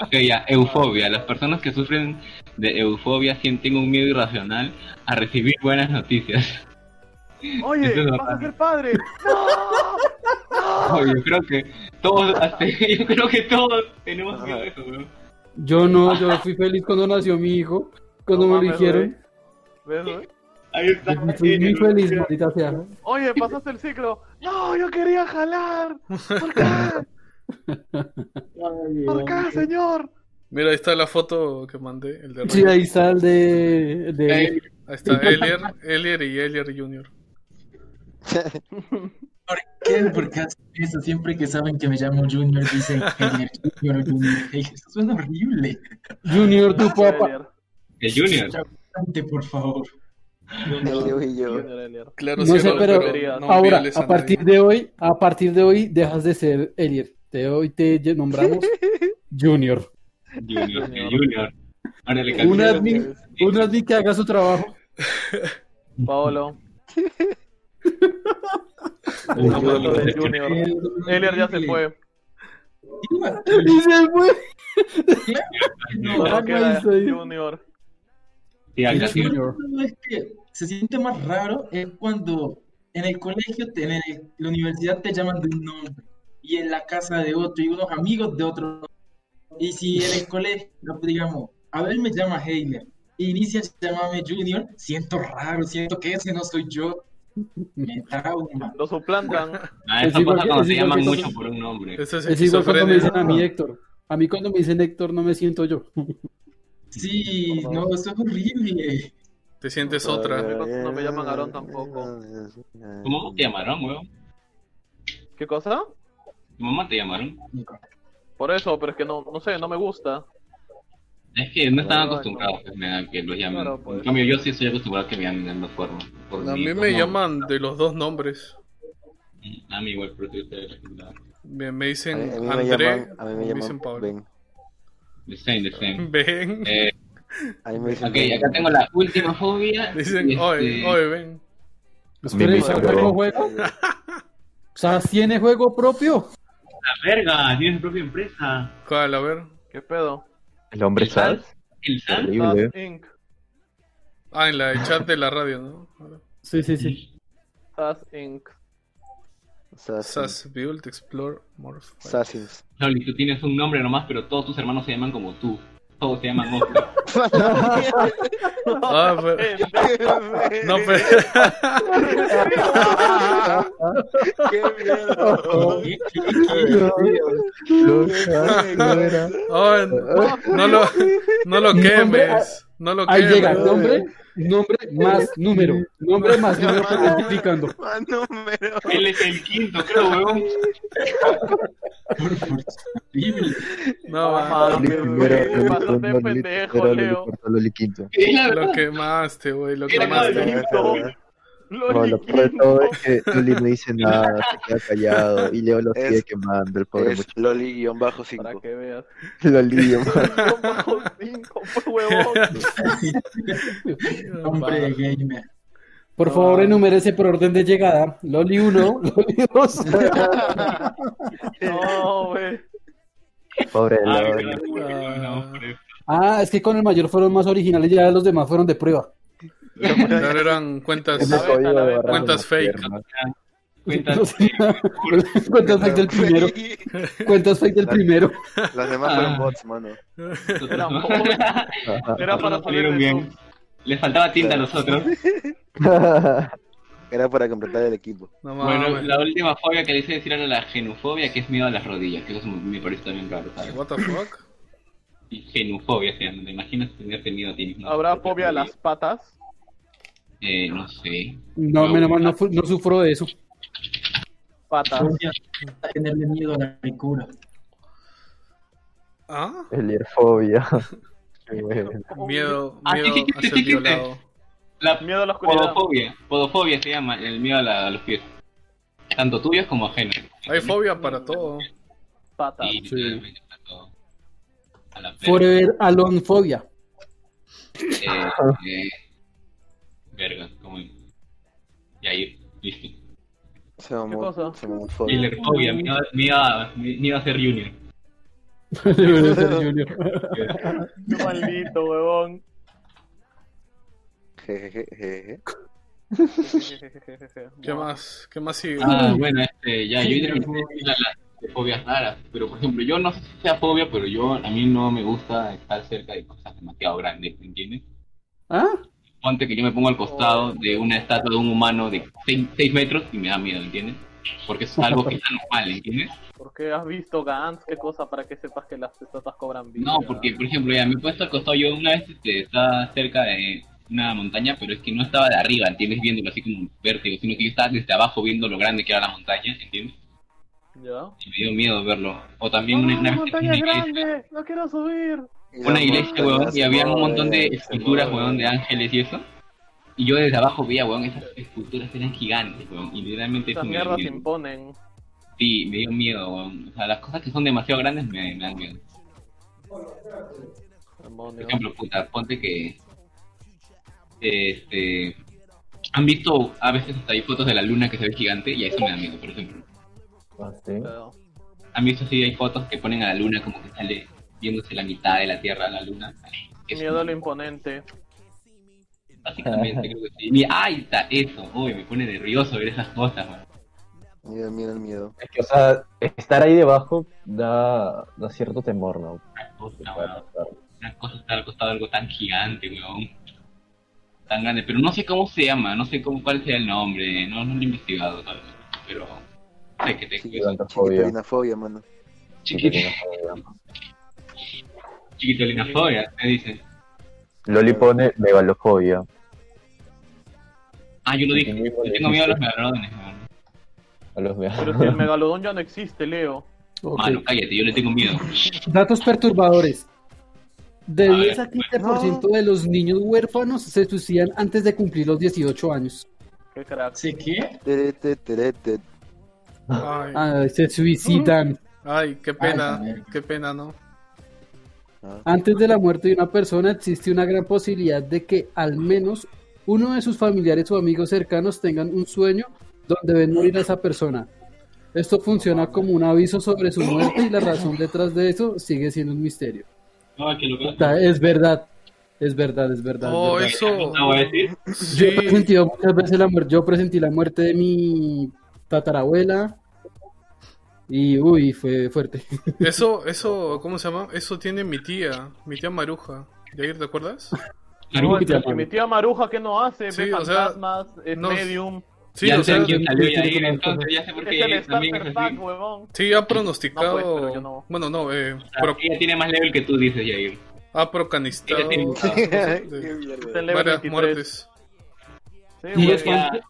Ok, ya, eufobia. Las personas que sufren de eufobia sienten un miedo irracional a recibir buenas noticias. <laughs> Eso Oye, es vas a bacán. ser padre. Oh, yo creo que todos, hasta- <laughs> yo creo que todos tenemos miedo a eso, weón. Yo no, yo fui feliz cuando nació mi hijo, cuando No me lo mames, dijeron. güey. ¿Ves, güey? Ahí está. Fui muy feliz, maldita sea. Oye, pasaste el ciclo. No, yo quería jalar. ¿Por qué? ¿Por qué, señor? Mira, ahí está la foto que mandé, el de Sí, Rey. ahí está el de... el de- Ahí ahí está Elier, Elier y Elier Jr. ¿Qué? Porque hacen eso siempre que saben que me llamo Junior, dicen <laughs> Junior, Junior, Junior. Ey, Eso suena horrible. Junior, tu papá. Elier, El Junior. Ante, por favor. Yo y yo. Junior, Elier. Claro, No sí, sé, no, pero no Ahora, violes a partir nadie. de hoy, a partir de hoy dejas de ser Elier. De hoy te <laughs> lle- nombramos Junior. Junior. El Junior. Ahora le Un cambiaron. admin, un admin que haga su trabajo. <laughs> Paolo. Una foto mano de de Junior. Junior. Eh, Elier ya se <laughs> fue. Y se fue. Solo Ah, queda no, sí. Junior. Sí, acá sí. Junior. No, es que se siente más raro es cuando en el colegio, te- en el- la universidad te llaman de un nombre y en la casa de otro y unos amigos de otro. nombre. Y si en el colegio, pues, digamos, a ver, me llama Heiler e inicias a llamarme Junior, siento raro, siento que ese no soy yo. Me trauma. Lo suplantan. Ah, eso Es igual pasa que- cuando es te igual llaman que mucho cuando- por un nombre. Eso es Es igual cuando me esquizofrenia. dicen a mí Héctor. A mí cuando me dicen Héctor no me siento yo. Sí, no, eso es horrible. Te sientes otra. No me llaman Aarón tampoco. ¿Cómo te llamaron, weón? ¿Qué cosa? ¿Tu mamá te llamaron? Por eso, pero es que no, no sé, no me gusta. Es que no están Claro, acostumbrados pues, me da que los llamen. Claro, pues. En cambio, yo sí estoy acostumbrado a que me llamen de ambas formas. Por A mi- mí por nombre. me llaman de los dos nombres. A mí igual, pero estoy acostumbrado. Me, A me mí, dicen a mí me André, llaman, a mí me me llaman dicen Pablo. Ben. The same, the <laughs> same. Mm. Ven, Eh, A mí me dicen ok, Ben. acá tengo la última fobia. dicen, Este, oye, oye, ven. Espera, ¿ese Mimi, juego juego? O sea, ¿tiene juego propio? La verga, tiene su ah, propia empresa. ¿Cuál? A ver. ¿Qué pedo? El hombre ¿Sal? sal. El San. Horrible. Taz Inc. Ah, en la del chat de la radio, ¿no? Sí, sí, sí. Taz Inc. <laughs> Assassins. Sass Build Explore Morph. Assassins. Loli, tú tienes un nombre nomás, pero todos tus hermanos se llaman como tú. Todos se llaman <laughs> Oscar. Ah, pero- No, <laughs> pero. <laughs> ¡Qué <laughs> miedo! Ay, no, lo, no lo Mi nombre- quemes. No lo Ahí quemes. llega, nombre, nombre más número. Nombre más número que multiplicando. número! Él es el quinto, creo, weón. Por favor, es horrible. No, Ah, va. Loli primero, Loli segundo, Loli pendejo, tercero, Loli Leo. quinto. Es la Lo verdad. quemaste, güey. Lo Era más No, quemaste. Loli lo peor de Quinto. todo es que Loli no dice nada, se queda callado y Leo lo Es- sigue quemando, el pobre Es Loli-5. Para que <laughs> veas. muchacho. Loli, man. Bajo cinco, pues, <laughs> huevón. <laughs> Hombre gamer. Por favor, enumérese por orden de llegada. Loli 1, Loli 2. No, güey. pobre Ah, Loli. verdad, porque no, no, <laughs> hombre. Ah, es que con el mayor fueron más originales, ya los demás fueron de prueba. Claro, eran cuentas. Ese código de barras Cuentas en las fake. piernas. <laughs> Cuentas- cuentas fake del primero. Cuentas fake del primero. <laughs> Las demás Ah. fueron bots, mano. Era, mo- era para salir salieron de bien. Zoom. <laughs> Les faltaba tinta a los <laughs> otros. Era para completar el equipo. No Bueno, mames. la última fobia que le hice decir era la genufobia, que es miedo a las rodillas, que eso es- me parece también raro, ¿sabes? What the fuck? Y Genufobia se llama, ¿te imaginas tener tenido a ti mismo? ¿Habrá fobia a las patas? Eh, no sé. No, menos mal, no, fu- no sufro de eso. Patas. Voy a tenerle miedo a la ricura. Ah, Elierfobia. Qué bueno. miedo, Ah, sí, miedo sí, a sí, ser sí, sí. <laughs> violado. La Miedo a la oscuridad. podofobia. Podofobia se llama, el miedo a, la- a los pies. Tanto tuyos como ajenos. Hay fobia para todo. Pata. Y literalmente mató a la perra. Forever <laughs> Alonfobia. Eh, eh, verga, como. Y ahí, listo. Se mamó. cosa? Se mamó Fobia. Miller Fobia, me iba, me iba- me iba a ser Junior. Debería ser Junior. Qué maldito, huevón. Jejejeje. ¿Qué más? ¿Qué más sigue? Ah, bueno, este, ya, yo identifico las fobias raras, pero por ejemplo, yo no sé si sea fobia, pero yo, a mí no me gusta estar cerca de cosas demasiado grandes, ¿me entiendes? ¿Ah? Ponte que yo me pongo al Oh. costado de una estatua de un humano de 6 metros y me da miedo, ¿entiendes? Porque es algo que está normal, ¿entiendes? ¿Por qué has visto Gantz? ¿Qué cosa para que sepas que las estatuas cobran vida? No, porque, por ejemplo, ya me he puesto al costado, yo una vez este, estaba cerca de una montaña, pero es que no estaba de arriba, ¿entiendes? Viéndolo así como un vértigo, sino que yo estaba desde abajo viendo lo grande que era la montaña, ¿entiendes? ¿Ya? Y me dio miedo verlo. O también ¡Oh, una, la una vez que fui a montaña una es iglesia- grande! ¡No quiero subir! una La iglesia, montaña weón, y se había un mueve, montón de se esculturas, mueve. weón, de ángeles y eso. Y yo desde abajo veía, weón, esas esculturas eran gigantes, weón, y literalmente eso Esas me dio mierdas miedo. imponen. Sí, me dio miedo, weón. O sea, las cosas que son demasiado grandes me, me dan miedo. Por Demonio. ejemplo, puta, ponte que... Este... Han visto a veces hasta hay fotos de la luna que se ve gigante y a eso me da miedo, por ejemplo. Ah, sí. Pero- Han visto si hay fotos que ponen a la luna como que sale viéndose la mitad de la Tierra a la luna. Eso Miedo a me- lo imponente. <laughs> Básicamente, creo que sí. Mira, ahí está, eso. Uy, me pone nervioso ver esas cosas, man. Miedo, miedo, miedo. Es que, o sea, estar ahí debajo da, da cierto temor, ¿no? Una cosa, weón. Una cosa estar al costado de algo tan gigante, weón. Tan grande. Pero no sé cómo se llama, no sé cómo, cuál sea el nombre. No, no lo he investigado, tal vez. Pero sé que tengo eso. Chiquitolina. Chiquitolina fobia, mano. Chiquitolinafobia, me dicen. Loli pone megalofobia. Ah, yo lo dije. Chiquitolina. Yo tengo miedo a los megalodones, weón. A los Pero si <laughs> el megalofobia. megalodón ya no existe, Leo. Ok. Mano, cállate, yo le tengo miedo. Datos perturbadores. De A ver, 10 a 15% de los niños huérfanos se suicidan antes de cumplir los 18 años. Qué crack. ¿Sí qué? Tere, te, tere, te. Ay, Ah, se suicidan ay, Ah, qué pena, Ay, también. qué pena, ¿no? antes de la muerte de una persona. Existe una gran posibilidad de que al menos uno de sus familiares o amigos cercanos tengan un sueño donde ven morir a esa persona. Esto funciona como un aviso sobre su muerte y la razón detrás de eso sigue siendo un misterio. No, que lo que O sea, Es verdad, es verdad, es verdad. es Oh, verdad. eso. No voy a decir. <laughs> Yo he Sí, presentido muchas veces la muerte. Yo presentí la muerte de mi tatarabuela. Y uy, fue fuerte. eso, eso, ¿cómo se llama? Eso tiene mi tía, mi tía Maruja. ¿Yair, te acuerdas? <laughs> No, Maruja, que mi tía Maruja, ¿qué no hace? Sí, Ve o sea, fantasmas, es no- medium. Sí, ya o sé sea, quién salió sí, ya sí, ahí, sí, entonces ya sé por Es el qué también es starter así. pack, huevón. sí ha No, pronosticado. pues, pero yo no. Bueno, no, eh, Pero pro- ella tiene más level que tú, dices, Jair. ha procanistado Ella tiene- cosas de Está en level varias 23. muertes. Sí, Y güey. es fan-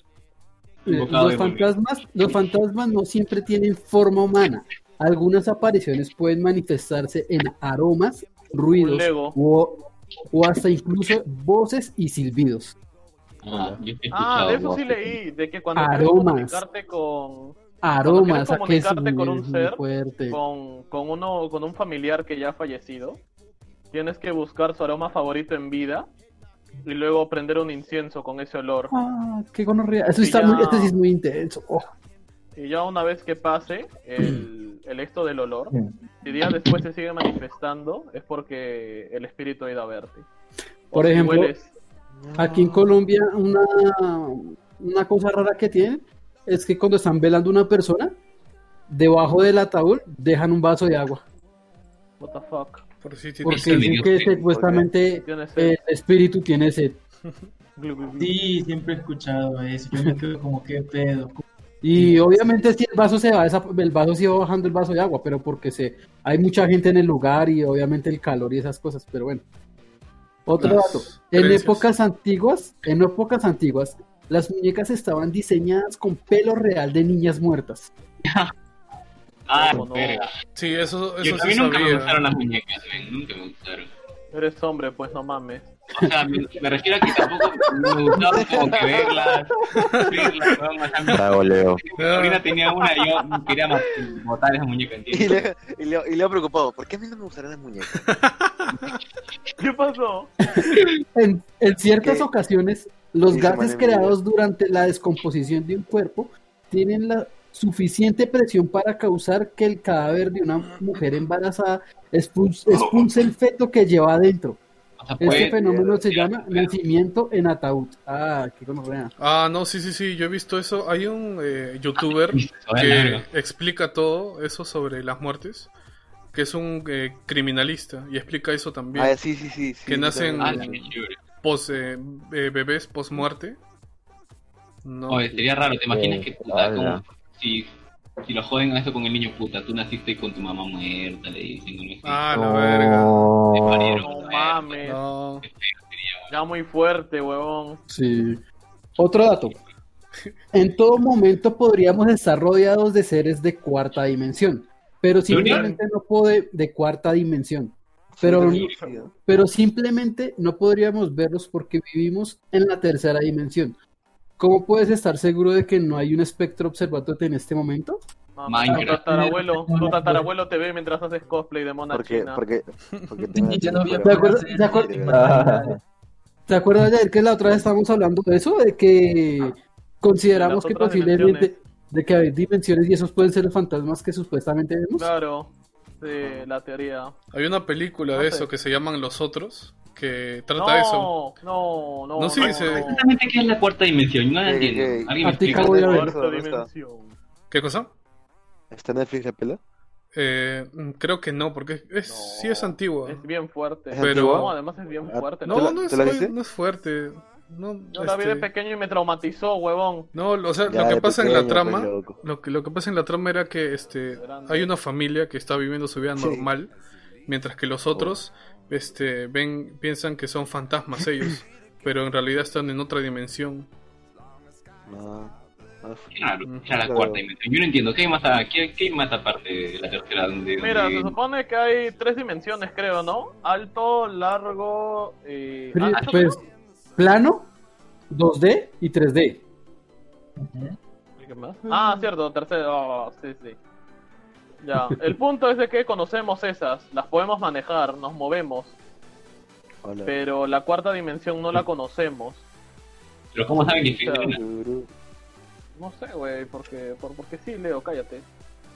Invocado Los de fantasmas, los fantasmas no siempre tienen forma humana. Algunas apariciones pueden manifestarse en aromas, Un ruidos Lego. o, o hasta incluso voces y silbidos. Ah, yo te he escuchado, Ah, de eso sí guau. leí, de que cuando Aromas. quieres comunicarte con, Aromas, Cuando a que quieres es comunicarte con un muy ser, fuerte. con, con uno, con un familiar que ya ha fallecido, tienes que buscar su aroma favorito en vida y luego prender un incienso con ese olor. Ah, qué gonorrea. Eso Y está ya- muy, este sí es muy intenso. Oh. Y ya una vez que pase <clears throat> el, el esto del olor, Mm. si días después se sigue manifestando, es porque el espíritu ha ido a verte. O Por si ejemplo, hueles- Mm. Aquí en Colombia, una, una cosa rara que tienen es que cuando están velando una persona, debajo del ataúd dejan un vaso de agua. what the fuck, Por si tiene Porque sed. dicen que supuestamente eh, tienes sed. el espíritu tiene sed. Glu, glu, glu. Sí, siempre he escuchado eso. Yo me quedo como, ¿qué pedo? Y obviamente si el vaso se va, desa- el vaso sí va bajando el vaso de agua, pero porque se, hay mucha gente en el lugar y obviamente el calor y esas cosas, pero bueno. Otro Las dato. En creencias. épocas antiguas, en épocas antiguas, las muñecas estaban diseñadas con pelo real de niñas muertas. Ah, No, no. verga. Sí, eso, Ah, Ah, Yo, eso a sí mí nunca me sabía. gustaron las muñecas, men, nunca me gustaron. Eres hombre, pues no mames. O sea, me, me refiero a que tampoco me gustaba como que verlas. verlas ¿no? O sea, mi- Bravo, Leo. Ah. Corina tenía una y yo quería ma- botar esa muñeca, Y ¿entiendes? le, y, Leo- y Leo preocupado, ¿por qué a mí no me gustarán las muñecas? ¿Qué pasó? En, en ciertas Ok. ocasiones, los Sí, se gases maneja creados durante la descomposición de un cuerpo tienen la suficiente presión para causar que el cadáver de una mujer embarazada expuls- expulse el feto que lleva adentro. O sea, Este pues, fenómeno se llama nacimiento en ataúd. Ah, qué gonorrea. Ah, no, sí, sí, sí, yo he visto eso. Hay un eh, Ah, youtuber Sobre que negro. explica todo eso sobre las muertes, que es un eh, criminalista y explica eso también. Ah, sí, sí, sí. sí Que nacen- Ah, sí, qué chévere. Pos, eh, eh, bebés post muerte. No. Oye, sería raro, ¿te imaginas que puta, Hola. como si, si lo joden a eso con el niño puta? Tú naciste con tu mamá muerta, le dicen, no sé. Ah, <laughs> <laughs> la Oh. verga. Te No. parieron, No muerta. mames. No. Ya muy fuerte, huevón. Sí. Otro dato. En todo momento podríamos estar rodeados de seres de cuarta dimensión, pero simplemente no puede de cuarta dimensión. Pero, pero simplemente no podríamos verlos porque vivimos en la tercera dimensión. ¿Cómo puedes estar seguro de que no hay un espectro observándote en este momento? Mamá, tu Minecraft. tatarabuelo, tu tatarabuelo te ve mientras haces cosplay de mona Porque, china. porque, porque Ya no había ¿Te acuerdas- para te acuerdas- hacer- Ah, ¿Te acuerdas Mm. de que la otra vez estábamos hablando de eso? De que consideramos Ah. Las que otras posiblemente dimensiones. de que hay dimensiones y esos pueden ser los fantasmas que supuestamente vemos. Claro. Sí, la teoría. Hay una película No de sé. eso que se llaman Los Otros, que trata No, eso. no, no. No, sí, se- Exactamente, ¿qué es la cuarta dimensión? No la Eh, entiendo. eh, ¿Alguien me a ti, explica? Cabo, voy a ver. Cuarta dimensión. ¿Qué cosa? ¿Está en Netflix la pela? Eh, mm, creo que no, porque es, No. sí es antigua. Es bien fuerte. ¿Es Pero- No, además es bien Ah, fuerte. No, ¿Te la- no, es, te la no- viste? no es fuerte. No, Yo la vi de este, pequeño y me traumatizó, huevón. no, o sea, Ya, lo que de pasa en la pequeño, pues, trama, loco. lo que, lo que pasa en la trama era que este Grande. hay una familia que está viviendo su vida normal, mientras que los otros este ven piensan que son fantasmas ellos, pero en realidad están en otra dimensión. No. Ah, f- Claro, esa es la Claro. cuarta dimensión. Yo no entiendo, ¿qué hay más, a- qué, qué hay más aparte de la tercera? Donde, Mira, donde- se supone que hay tres dimensiones, creo, ¿no? Alto, largo eh, ah, y... Pri- ancho, pues, plano, 2D y 3D. Ah, cierto, tercero. oh, sí, sí. Ya. El punto es de que conocemos esas, las podemos manejar, nos movemos, hola. pero la cuarta dimensión no la conocemos. Pero ¿cómo saben que es Claro. una? Tururú. No sé, güey, porque, por, porque sí, Leo, cállate.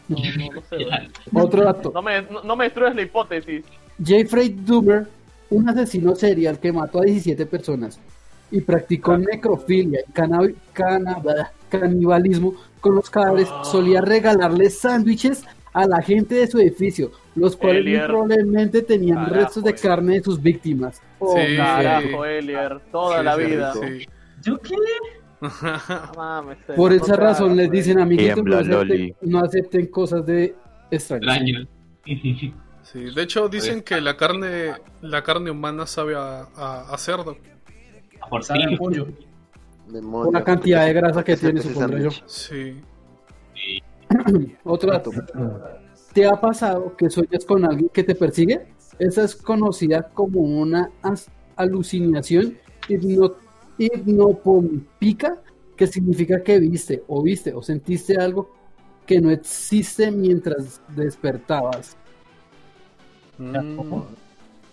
No, no, no sé, <laughs> güey. Otro dato. No me, no, no me destruyes la hipótesis. Jeffrey Dahmer, un asesino serial que mató a 17 personas y Ah. practicó necrofilia y cana- cana- canibalismo con los cadáveres, Ah. solía regalarle sándwiches a la gente de su edificio, los cuales muy Elier. probablemente tenían Carajo, restos de Elier. carne de sus víctimas. Oh, Sí. Carajo, Elier, toda Sí, la sí, vida. sí. ¿Yo qué? Ah, mames, te Por esa encontraron, razón les güey. dicen, amiguitos, no Tiembla, acepten, Loli. no acepten cosas de extraños. Extraño. <laughs> Sí, de hecho dicen que la carne la carne humana sabe a, a- a cerdo. Por Sabe a fin. pollo. Demonios. Por la cantidad de grasa que Ese- tiene, ese supondré yo. sándwich. Sí. <clears throat> Otro dato. ¿Te ha pasado que sueñas con alguien que te persigue? Esa es conocida como una as- alucinación hipno- hipnopompica, que significa que viste o viste o sentiste algo que no existe mientras despertabas. Mm.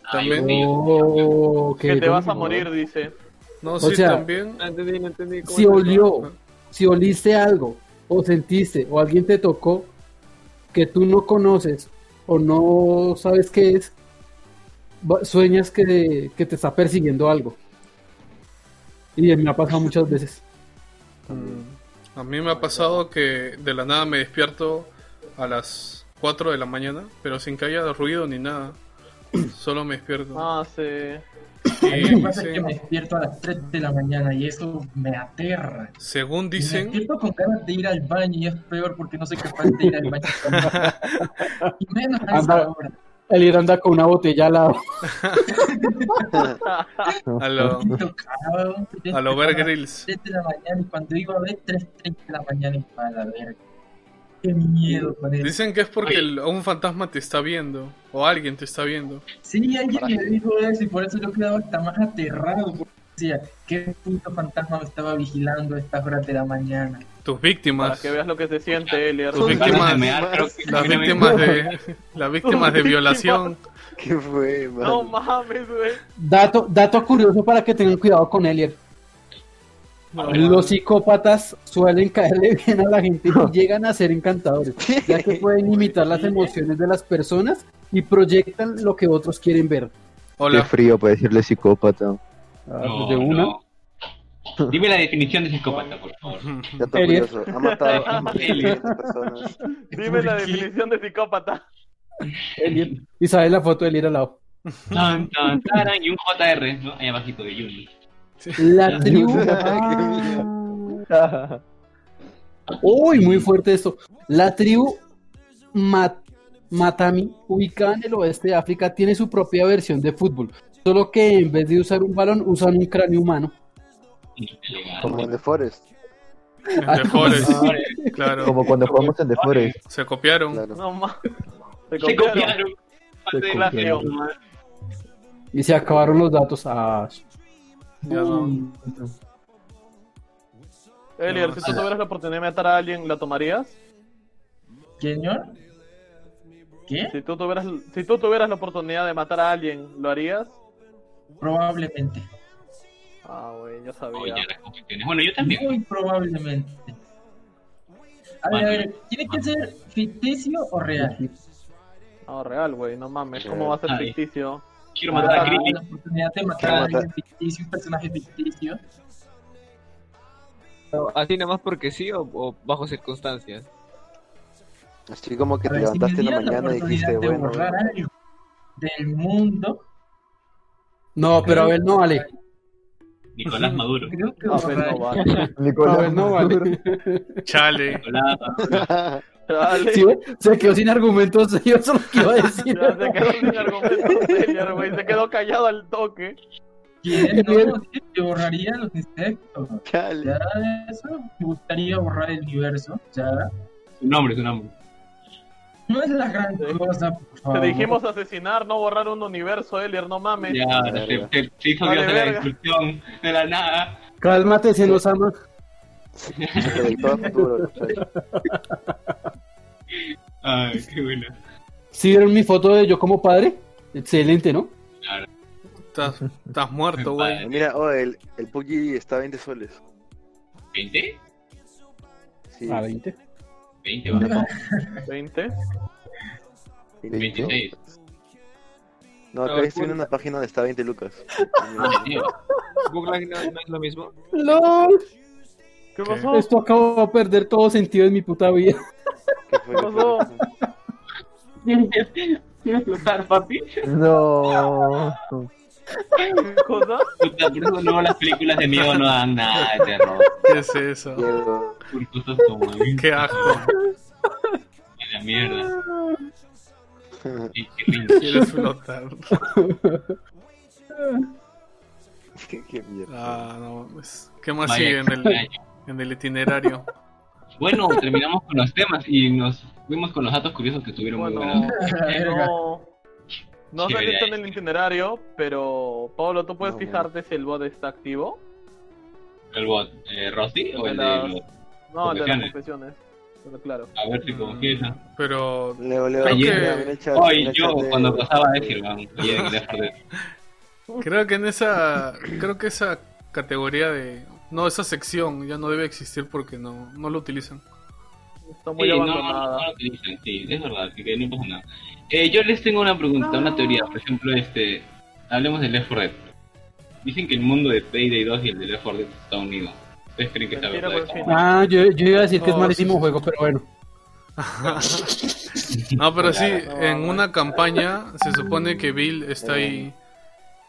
Ay, También. Dios. Oh, Pues, Que qué te vas a rico. morir, dice. No, O sí, sea, también. Ah. No Ah, entendí, no entendí. ¿cómo Si es eso? olió, si oliste algo o sentiste o alguien te tocó que tú no conoces o no sabes qué es, va- sueñas que, que te está persiguiendo algo. Y me ha pasado muchas veces. <laughs> Mm. A mí me ha pasado que de la nada me despierto a las 4 de la mañana, pero sin que haya ruido ni nada. <clears throat> Solo me despierto. Ah, sí. Lo que Y pasa es que dicen- me despierto a las 3 de la mañana y eso me aterra. según Y Me dicen, despierto con ganas de ir al baño y es peor porque no soy capaz de ir al baño. y menos a esa Anda. hora. El anda con una botella al lado. a lo, Maldito cagado, a lo Bear Grylls. 3 de la mañana y cuando iba a ver 3.30 de la mañana y para la verga. Qué miedo, parece. Dicen que es porque el- un fantasma te está viendo, o alguien te está viendo. Sí, alguien me dijo eso y por eso yo quedaba hasta más aterrado. Porque decía, ¿qué puto fantasma me estaba vigilando a estas horas de la mañana? Tus víctimas. Para que veas lo que se siente, Eli. Tus víctimas, las víctimas de, <laughs> las víctimas de violación. <laughs> ¿Qué fue, man? <laughs> No mames, güey. Dato, dato curioso para que tengan cuidado con Elier. Los psicópatas suelen caerle bien a la gente <laughs> y llegan a ser encantadores, ya que pueden imitar las emociones de las personas y proyectan lo que otros quieren ver. <laughs> Ah, Qué frío para decirle psicópata. No, pues, de una. no. Dime la definición de psicópata, por favor. Dato Elier. curioso. Ha matado a más de Elier. 500 personas. Dime la definición de psicópata. Elier. Y sale la foto de Elier al lado. Tan, tan, taran, y un JR, ¿no? Ahí abajito de Juni. La tribu. <laughs> Ah. <laughs> Uy, muy fuerte esto. La tribu Ma- Matami, ubicada en el oeste de África, tiene su propia versión de fútbol. Solo que en vez de usar un balón, usan un cráneo humano. Como en The Forest. En The Forest. Claro. Como cuando jugamos en The Forest. Se copiaron. No mames. Se Se copiaron. copiaron. Se Sí, la creo. copiaron. Y se acabaron los datos. Ah, Ya no. Mm. Elier, si tú tuvieras la oportunidad de matar a alguien, ¿la tomarías? ¿Qué, señor? ¿Qué? Si tú tuvieras, si tú tuvieras la oportunidad de matar a alguien, ¿lo harías? Probablemente. Ah, güey, ya sabía. Oye, las confesiones. Bueno, yo también. Muy probablemente. A ver, a ver, ¿tiene que ser ficticio o real? Ah, No, real, güey, no mames. ¿Cómo va a ser Ay. ficticio? Quiero matar a Ah, Critic. la oportunidad de matar a alguien ficticio, un personaje ficticio. ¿Así nomás porque sí o, o bajo circunstancias? Así como que A te ver, si me levantaste en la dieran la mañana y oportunidad dijiste, de bueno, <laughs> borrar algo del mundo, No, pero a ver, no vale. Nicolás Maduro. creo que A ver, Ah, pues no borrar va. A Nicolás, ver, no vale. <laughs> Chale. Nicolás. Dale. Sí, güey, se quedó sin argumentos. <laughs> Yo solo <laughs> que iba a decir. Ya <laughs> se quedó sin argumentos, Elier, güey. Se quedó callado al toque. ¿quién? No, sí, yo borraría los insectos. <laughs> chale. Ya, eso, me gustaría borrar el universo. Ya, Su nombre, su nombre. no es la gran Sí. cosa, por Te Ah. favor. dijimos asesinar, no borrar un universo, Elier, no mames. Ya, se, se- se hizo Vale, Dios de la verga. destrucción, de la nada. Cálmate, se nos ama. Proyectó a futuro, muchacho. <laughs> Ay, qué bueno. ¿Sí vieron mi foto de yo como padre? Excelente, ¿no? Estás, estás muerto, güey. Mira, oh, el, el PUBG está a 20 soles. ¿20? Sí, A 20. 20, va. 20. 26. No, acá estoy en una página donde está 20 <laughs> lucas. Ah, tío. ¿Booklag no, no es lo mismo? ¡Lol! ¿Qué ¿Qué? pasó? Esto acabo de perder todo sentido en mi puta vida. ¿Qué fue? ¿Qué fue? ¿Qué fue? ¿Quieres flotar, papi? No. ¿Qué Puta, cosa? Pues, por eso no las películas de miedo no dan nada de terror. ¿Qué es eso? Miedo. <laughs> Por cosas como Qué asco. de la mierda. Qué- qué cringe. Quieres flotar. Qué- qué mierda. Ah, no mames. ¿Qué más Vaya sigue en el, extraño. en el itinerario? Bueno, terminamos con los temas y nos fuimos con los datos curiosos que estuvieron Bueno, muy buenos. no, no se Chévere, visto ahí. en el itinerario, pero Pablo, ¿tú puedes No, fijarte si el bot está activo? ¿El bot? Eh, ¿Rossi o el de Las- los- No, el de las Confesiones. confesiones. Pero claro. A ver si confiesa. Pero Leo, Leo, Oye, mira, mira el chat, Hoy mira el yo, chat de- cuando pasaba a decir, vamos, oye, que dejar de- creo que en esa. Creo que esa categoría de. No, esa sección ya no debe existir porque no, no lo utilizan. Está muy Sí, no, no, abandonada. no lo utilizan, sí, es verdad, así que no pasa nada. Eh, yo les tengo una pregunta, una teoría. Por ejemplo, este, hablemos del Left 4 Dead. Dicen que el mundo de Payday 2 y el de Left 4 Dead está unido. ¿Ustedes creen que está Mentira, verdad? por fin. Ah, yo, yo iba a decir que es Oh, malísimo juego, pero bueno. No, pero sí, no, en no. Eh. una campaña se supone que Bill está ahí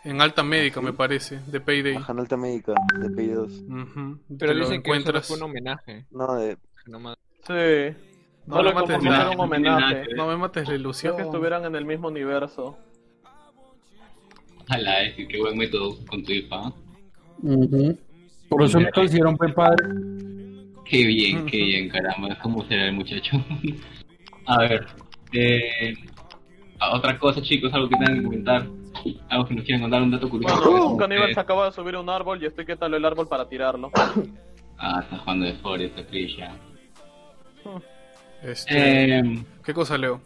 en alta médica, me parece, de Payday. Baja en alta médica, de P2. Ujú, Pero te lo dicen que eso no encuentras. fue un homenaje. No, de... nomás. Sí. No, Solo me mates, como la- era un homenaje. no me mates la ilusión. Creo que estuvieran en el mismo universo. Ojalá, eh, qué buen método con tu ¿ah? IFA. Ujú. Por eso me considero un buen padre. Qué bien, qué bien, caramba. ¿Cómo será el muchacho? <laughs> A ver. Eh, a- otra cosa, chicos, algo que tengan que comentar. Algo que nos quieran contar, un dato curioso. Este, Bueno, Ustedes- un caníbal se acaba de subir a un árbol y estoy tal el árbol para tirarlo. Ah, está jugando de Forest, está ya. Este, Em. ¿Qué cosa leo?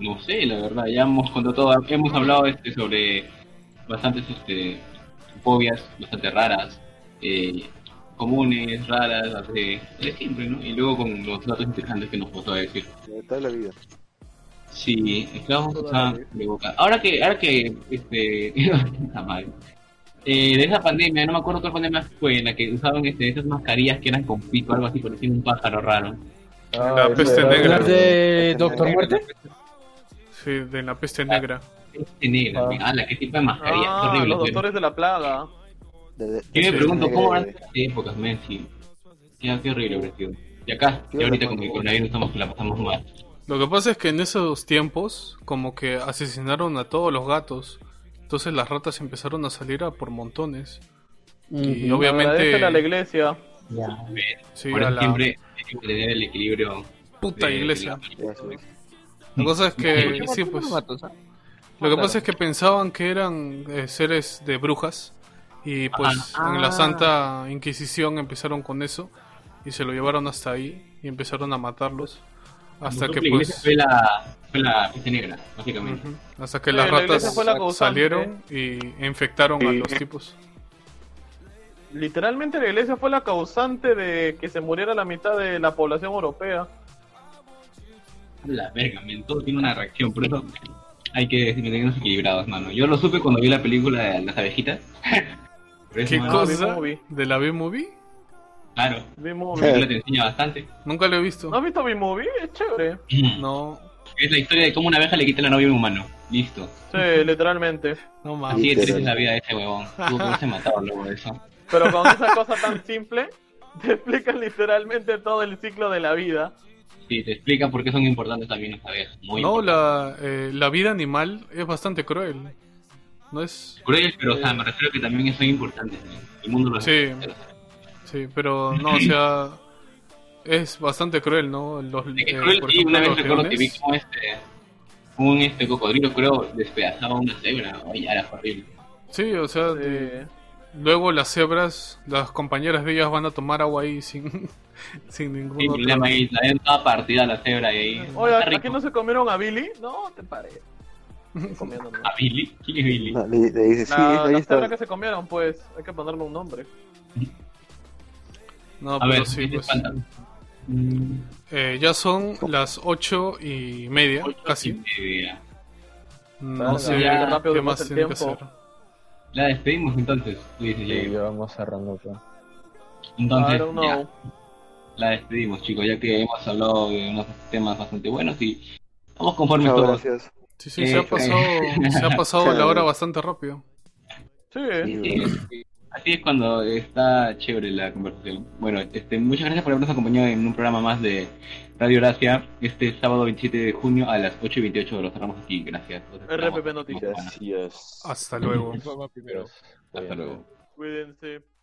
No sé, la verdad, ya hemos contado todo. Hemos hablado este, sobre bastantes este, fobias bastante raras, eh, comunes, raras, las de, de siempre, ¿no? Y luego con los datos interesantes que nos pasó a decir. De toda la vida. Sí, esclavos usaban cubrebocas. Ahora que, ahora que, este, <laughs> puta madre. Eh, de esa pandemia, no me acuerdo cuál pandemia fue, en la que usaban este, esas mascarillas que eran con pico, algo así, parecía un pájaro raro. La peste negra. de Doctor Muerte? Sí, de la peste negra. Peste negra, mira, ala, qué tipo de mascarilla, es Ah, horrible. pues. ¿eh? los pero- doctores de la plaga. Yo me Sí. pregunto cómo van a ser las épocas, men, sí. Qué, qué horrible habrá sido. Y acá, y ahorita con el coronavirus estamos que la pasamos mal. Lo que pasa es que en esos tiempos, como que asesinaron a todos los gatos. Entonces las ratas empezaron a salir a por montones. Y Ujú. Agradecen obviamente. a la iglesia. Men, Sí, Eh, Por a eso la- siempre tenemos que tener el equilibrio. Puta de- iglesia. de la- La cosa es que. ¿Por qué sí, mataron pues. a gatos, ah? Lo que Mataron. pasa es que pensaban que eran eh, seres de brujas. Y pues Ajá. en la Ah. Santa Inquisición empezaron con eso. Y se lo llevaron hasta ahí. Y empezaron a matarlos. Hasta Como que la iglesia pues. Fue la, fue la peste negra, básicamente. Hasta que Sí, las la iglesia ratas fue la causante. salieron y infectaron a los tipos. Literalmente la iglesia fue la causante de que se muriera la mitad de la población europea. La verga, men, todo tiene una reacción, por eso hay que mantenernos equilibrados, mano. Yo lo supe cuando vi la película de las abejitas. <laughs> Por eso, ¿Qué mano, cosa? B-Movie. ¿De la B-Movie? Claro, la <laughs> B-Movie. película te enseña bastante. Nunca lo he visto. ¿No has visto B-Movie? Es chévere. No, Es la historia de cómo una abeja le quita la novia a un humano. Listo. Sí, literalmente. no Así mames. de triste es la vida de ese huevón. Tuvo que haberse matado luego de eso. Pero <laughs> con esa cosa tan simple, <laughs> te explican literalmente todo el ciclo de la vida. Sí, te explica por qué son importantes también las abejas. Muy No, importantes. la, eh, la vida animal es bastante cruel. No es. Cruel, pero o sea, me refiero que también son importantes. ¿no? El mundo lo Sí. Sí, pero no, o sea. Es bastante cruel, ¿no? Los, De que eh, cruel, por sí, una ejemplo, vez los recuerdo que vi leones. como este, un este cocodrilo, creo, despedazaba una cebra. Oye, era horrible. Sí, o sea, de- luego las cebras, las compañeras de ellas van a tomar agua ahí sin, <laughs> sin ningún Sí, otro- problema ahí, la dieron toda partida a la cebra y ahí. Oye, está ¿aquí rico. no se comieron a Billy? No, <laughs> te paré. Comiendo, ¿no? ¿A Billy? ¿Quién es Billy? No, le, le dice, sí, La, ahí la está. cebra que se comieron, pues, hay que ponerle un nombre. No, A pero ver, este Mm, sí, ¿qué te pues, falta? eh, ya son las ocho y media, Ocho casi. Mm, y media. No sé ya, rápido qué que pasa más el tiene que tiempo. hacer. La despedimos entonces. Tú dices, Y ya. ya vamos cerrando acá. I Entonces, don't ya. know. la despedimos, chicos, ya que hemos hablado de unos temas bastante buenos y estamos conformes Chao, todos. gracias. Sí, sí, se ha Eh, pasado, se ha pasado la hora bastante rápido. Sí, Sí, Así es cuando está chévere la conversación. Bueno, este, muchas gracias por habernos acompañado en un programa más de Radio Gracia este sábado 27 de junio a las 8 y 28 lo cerramos aquí. Gracias. Los esperamos. RPP Noticias. Hasta luego. Informa primero. Hasta luego. cuídense.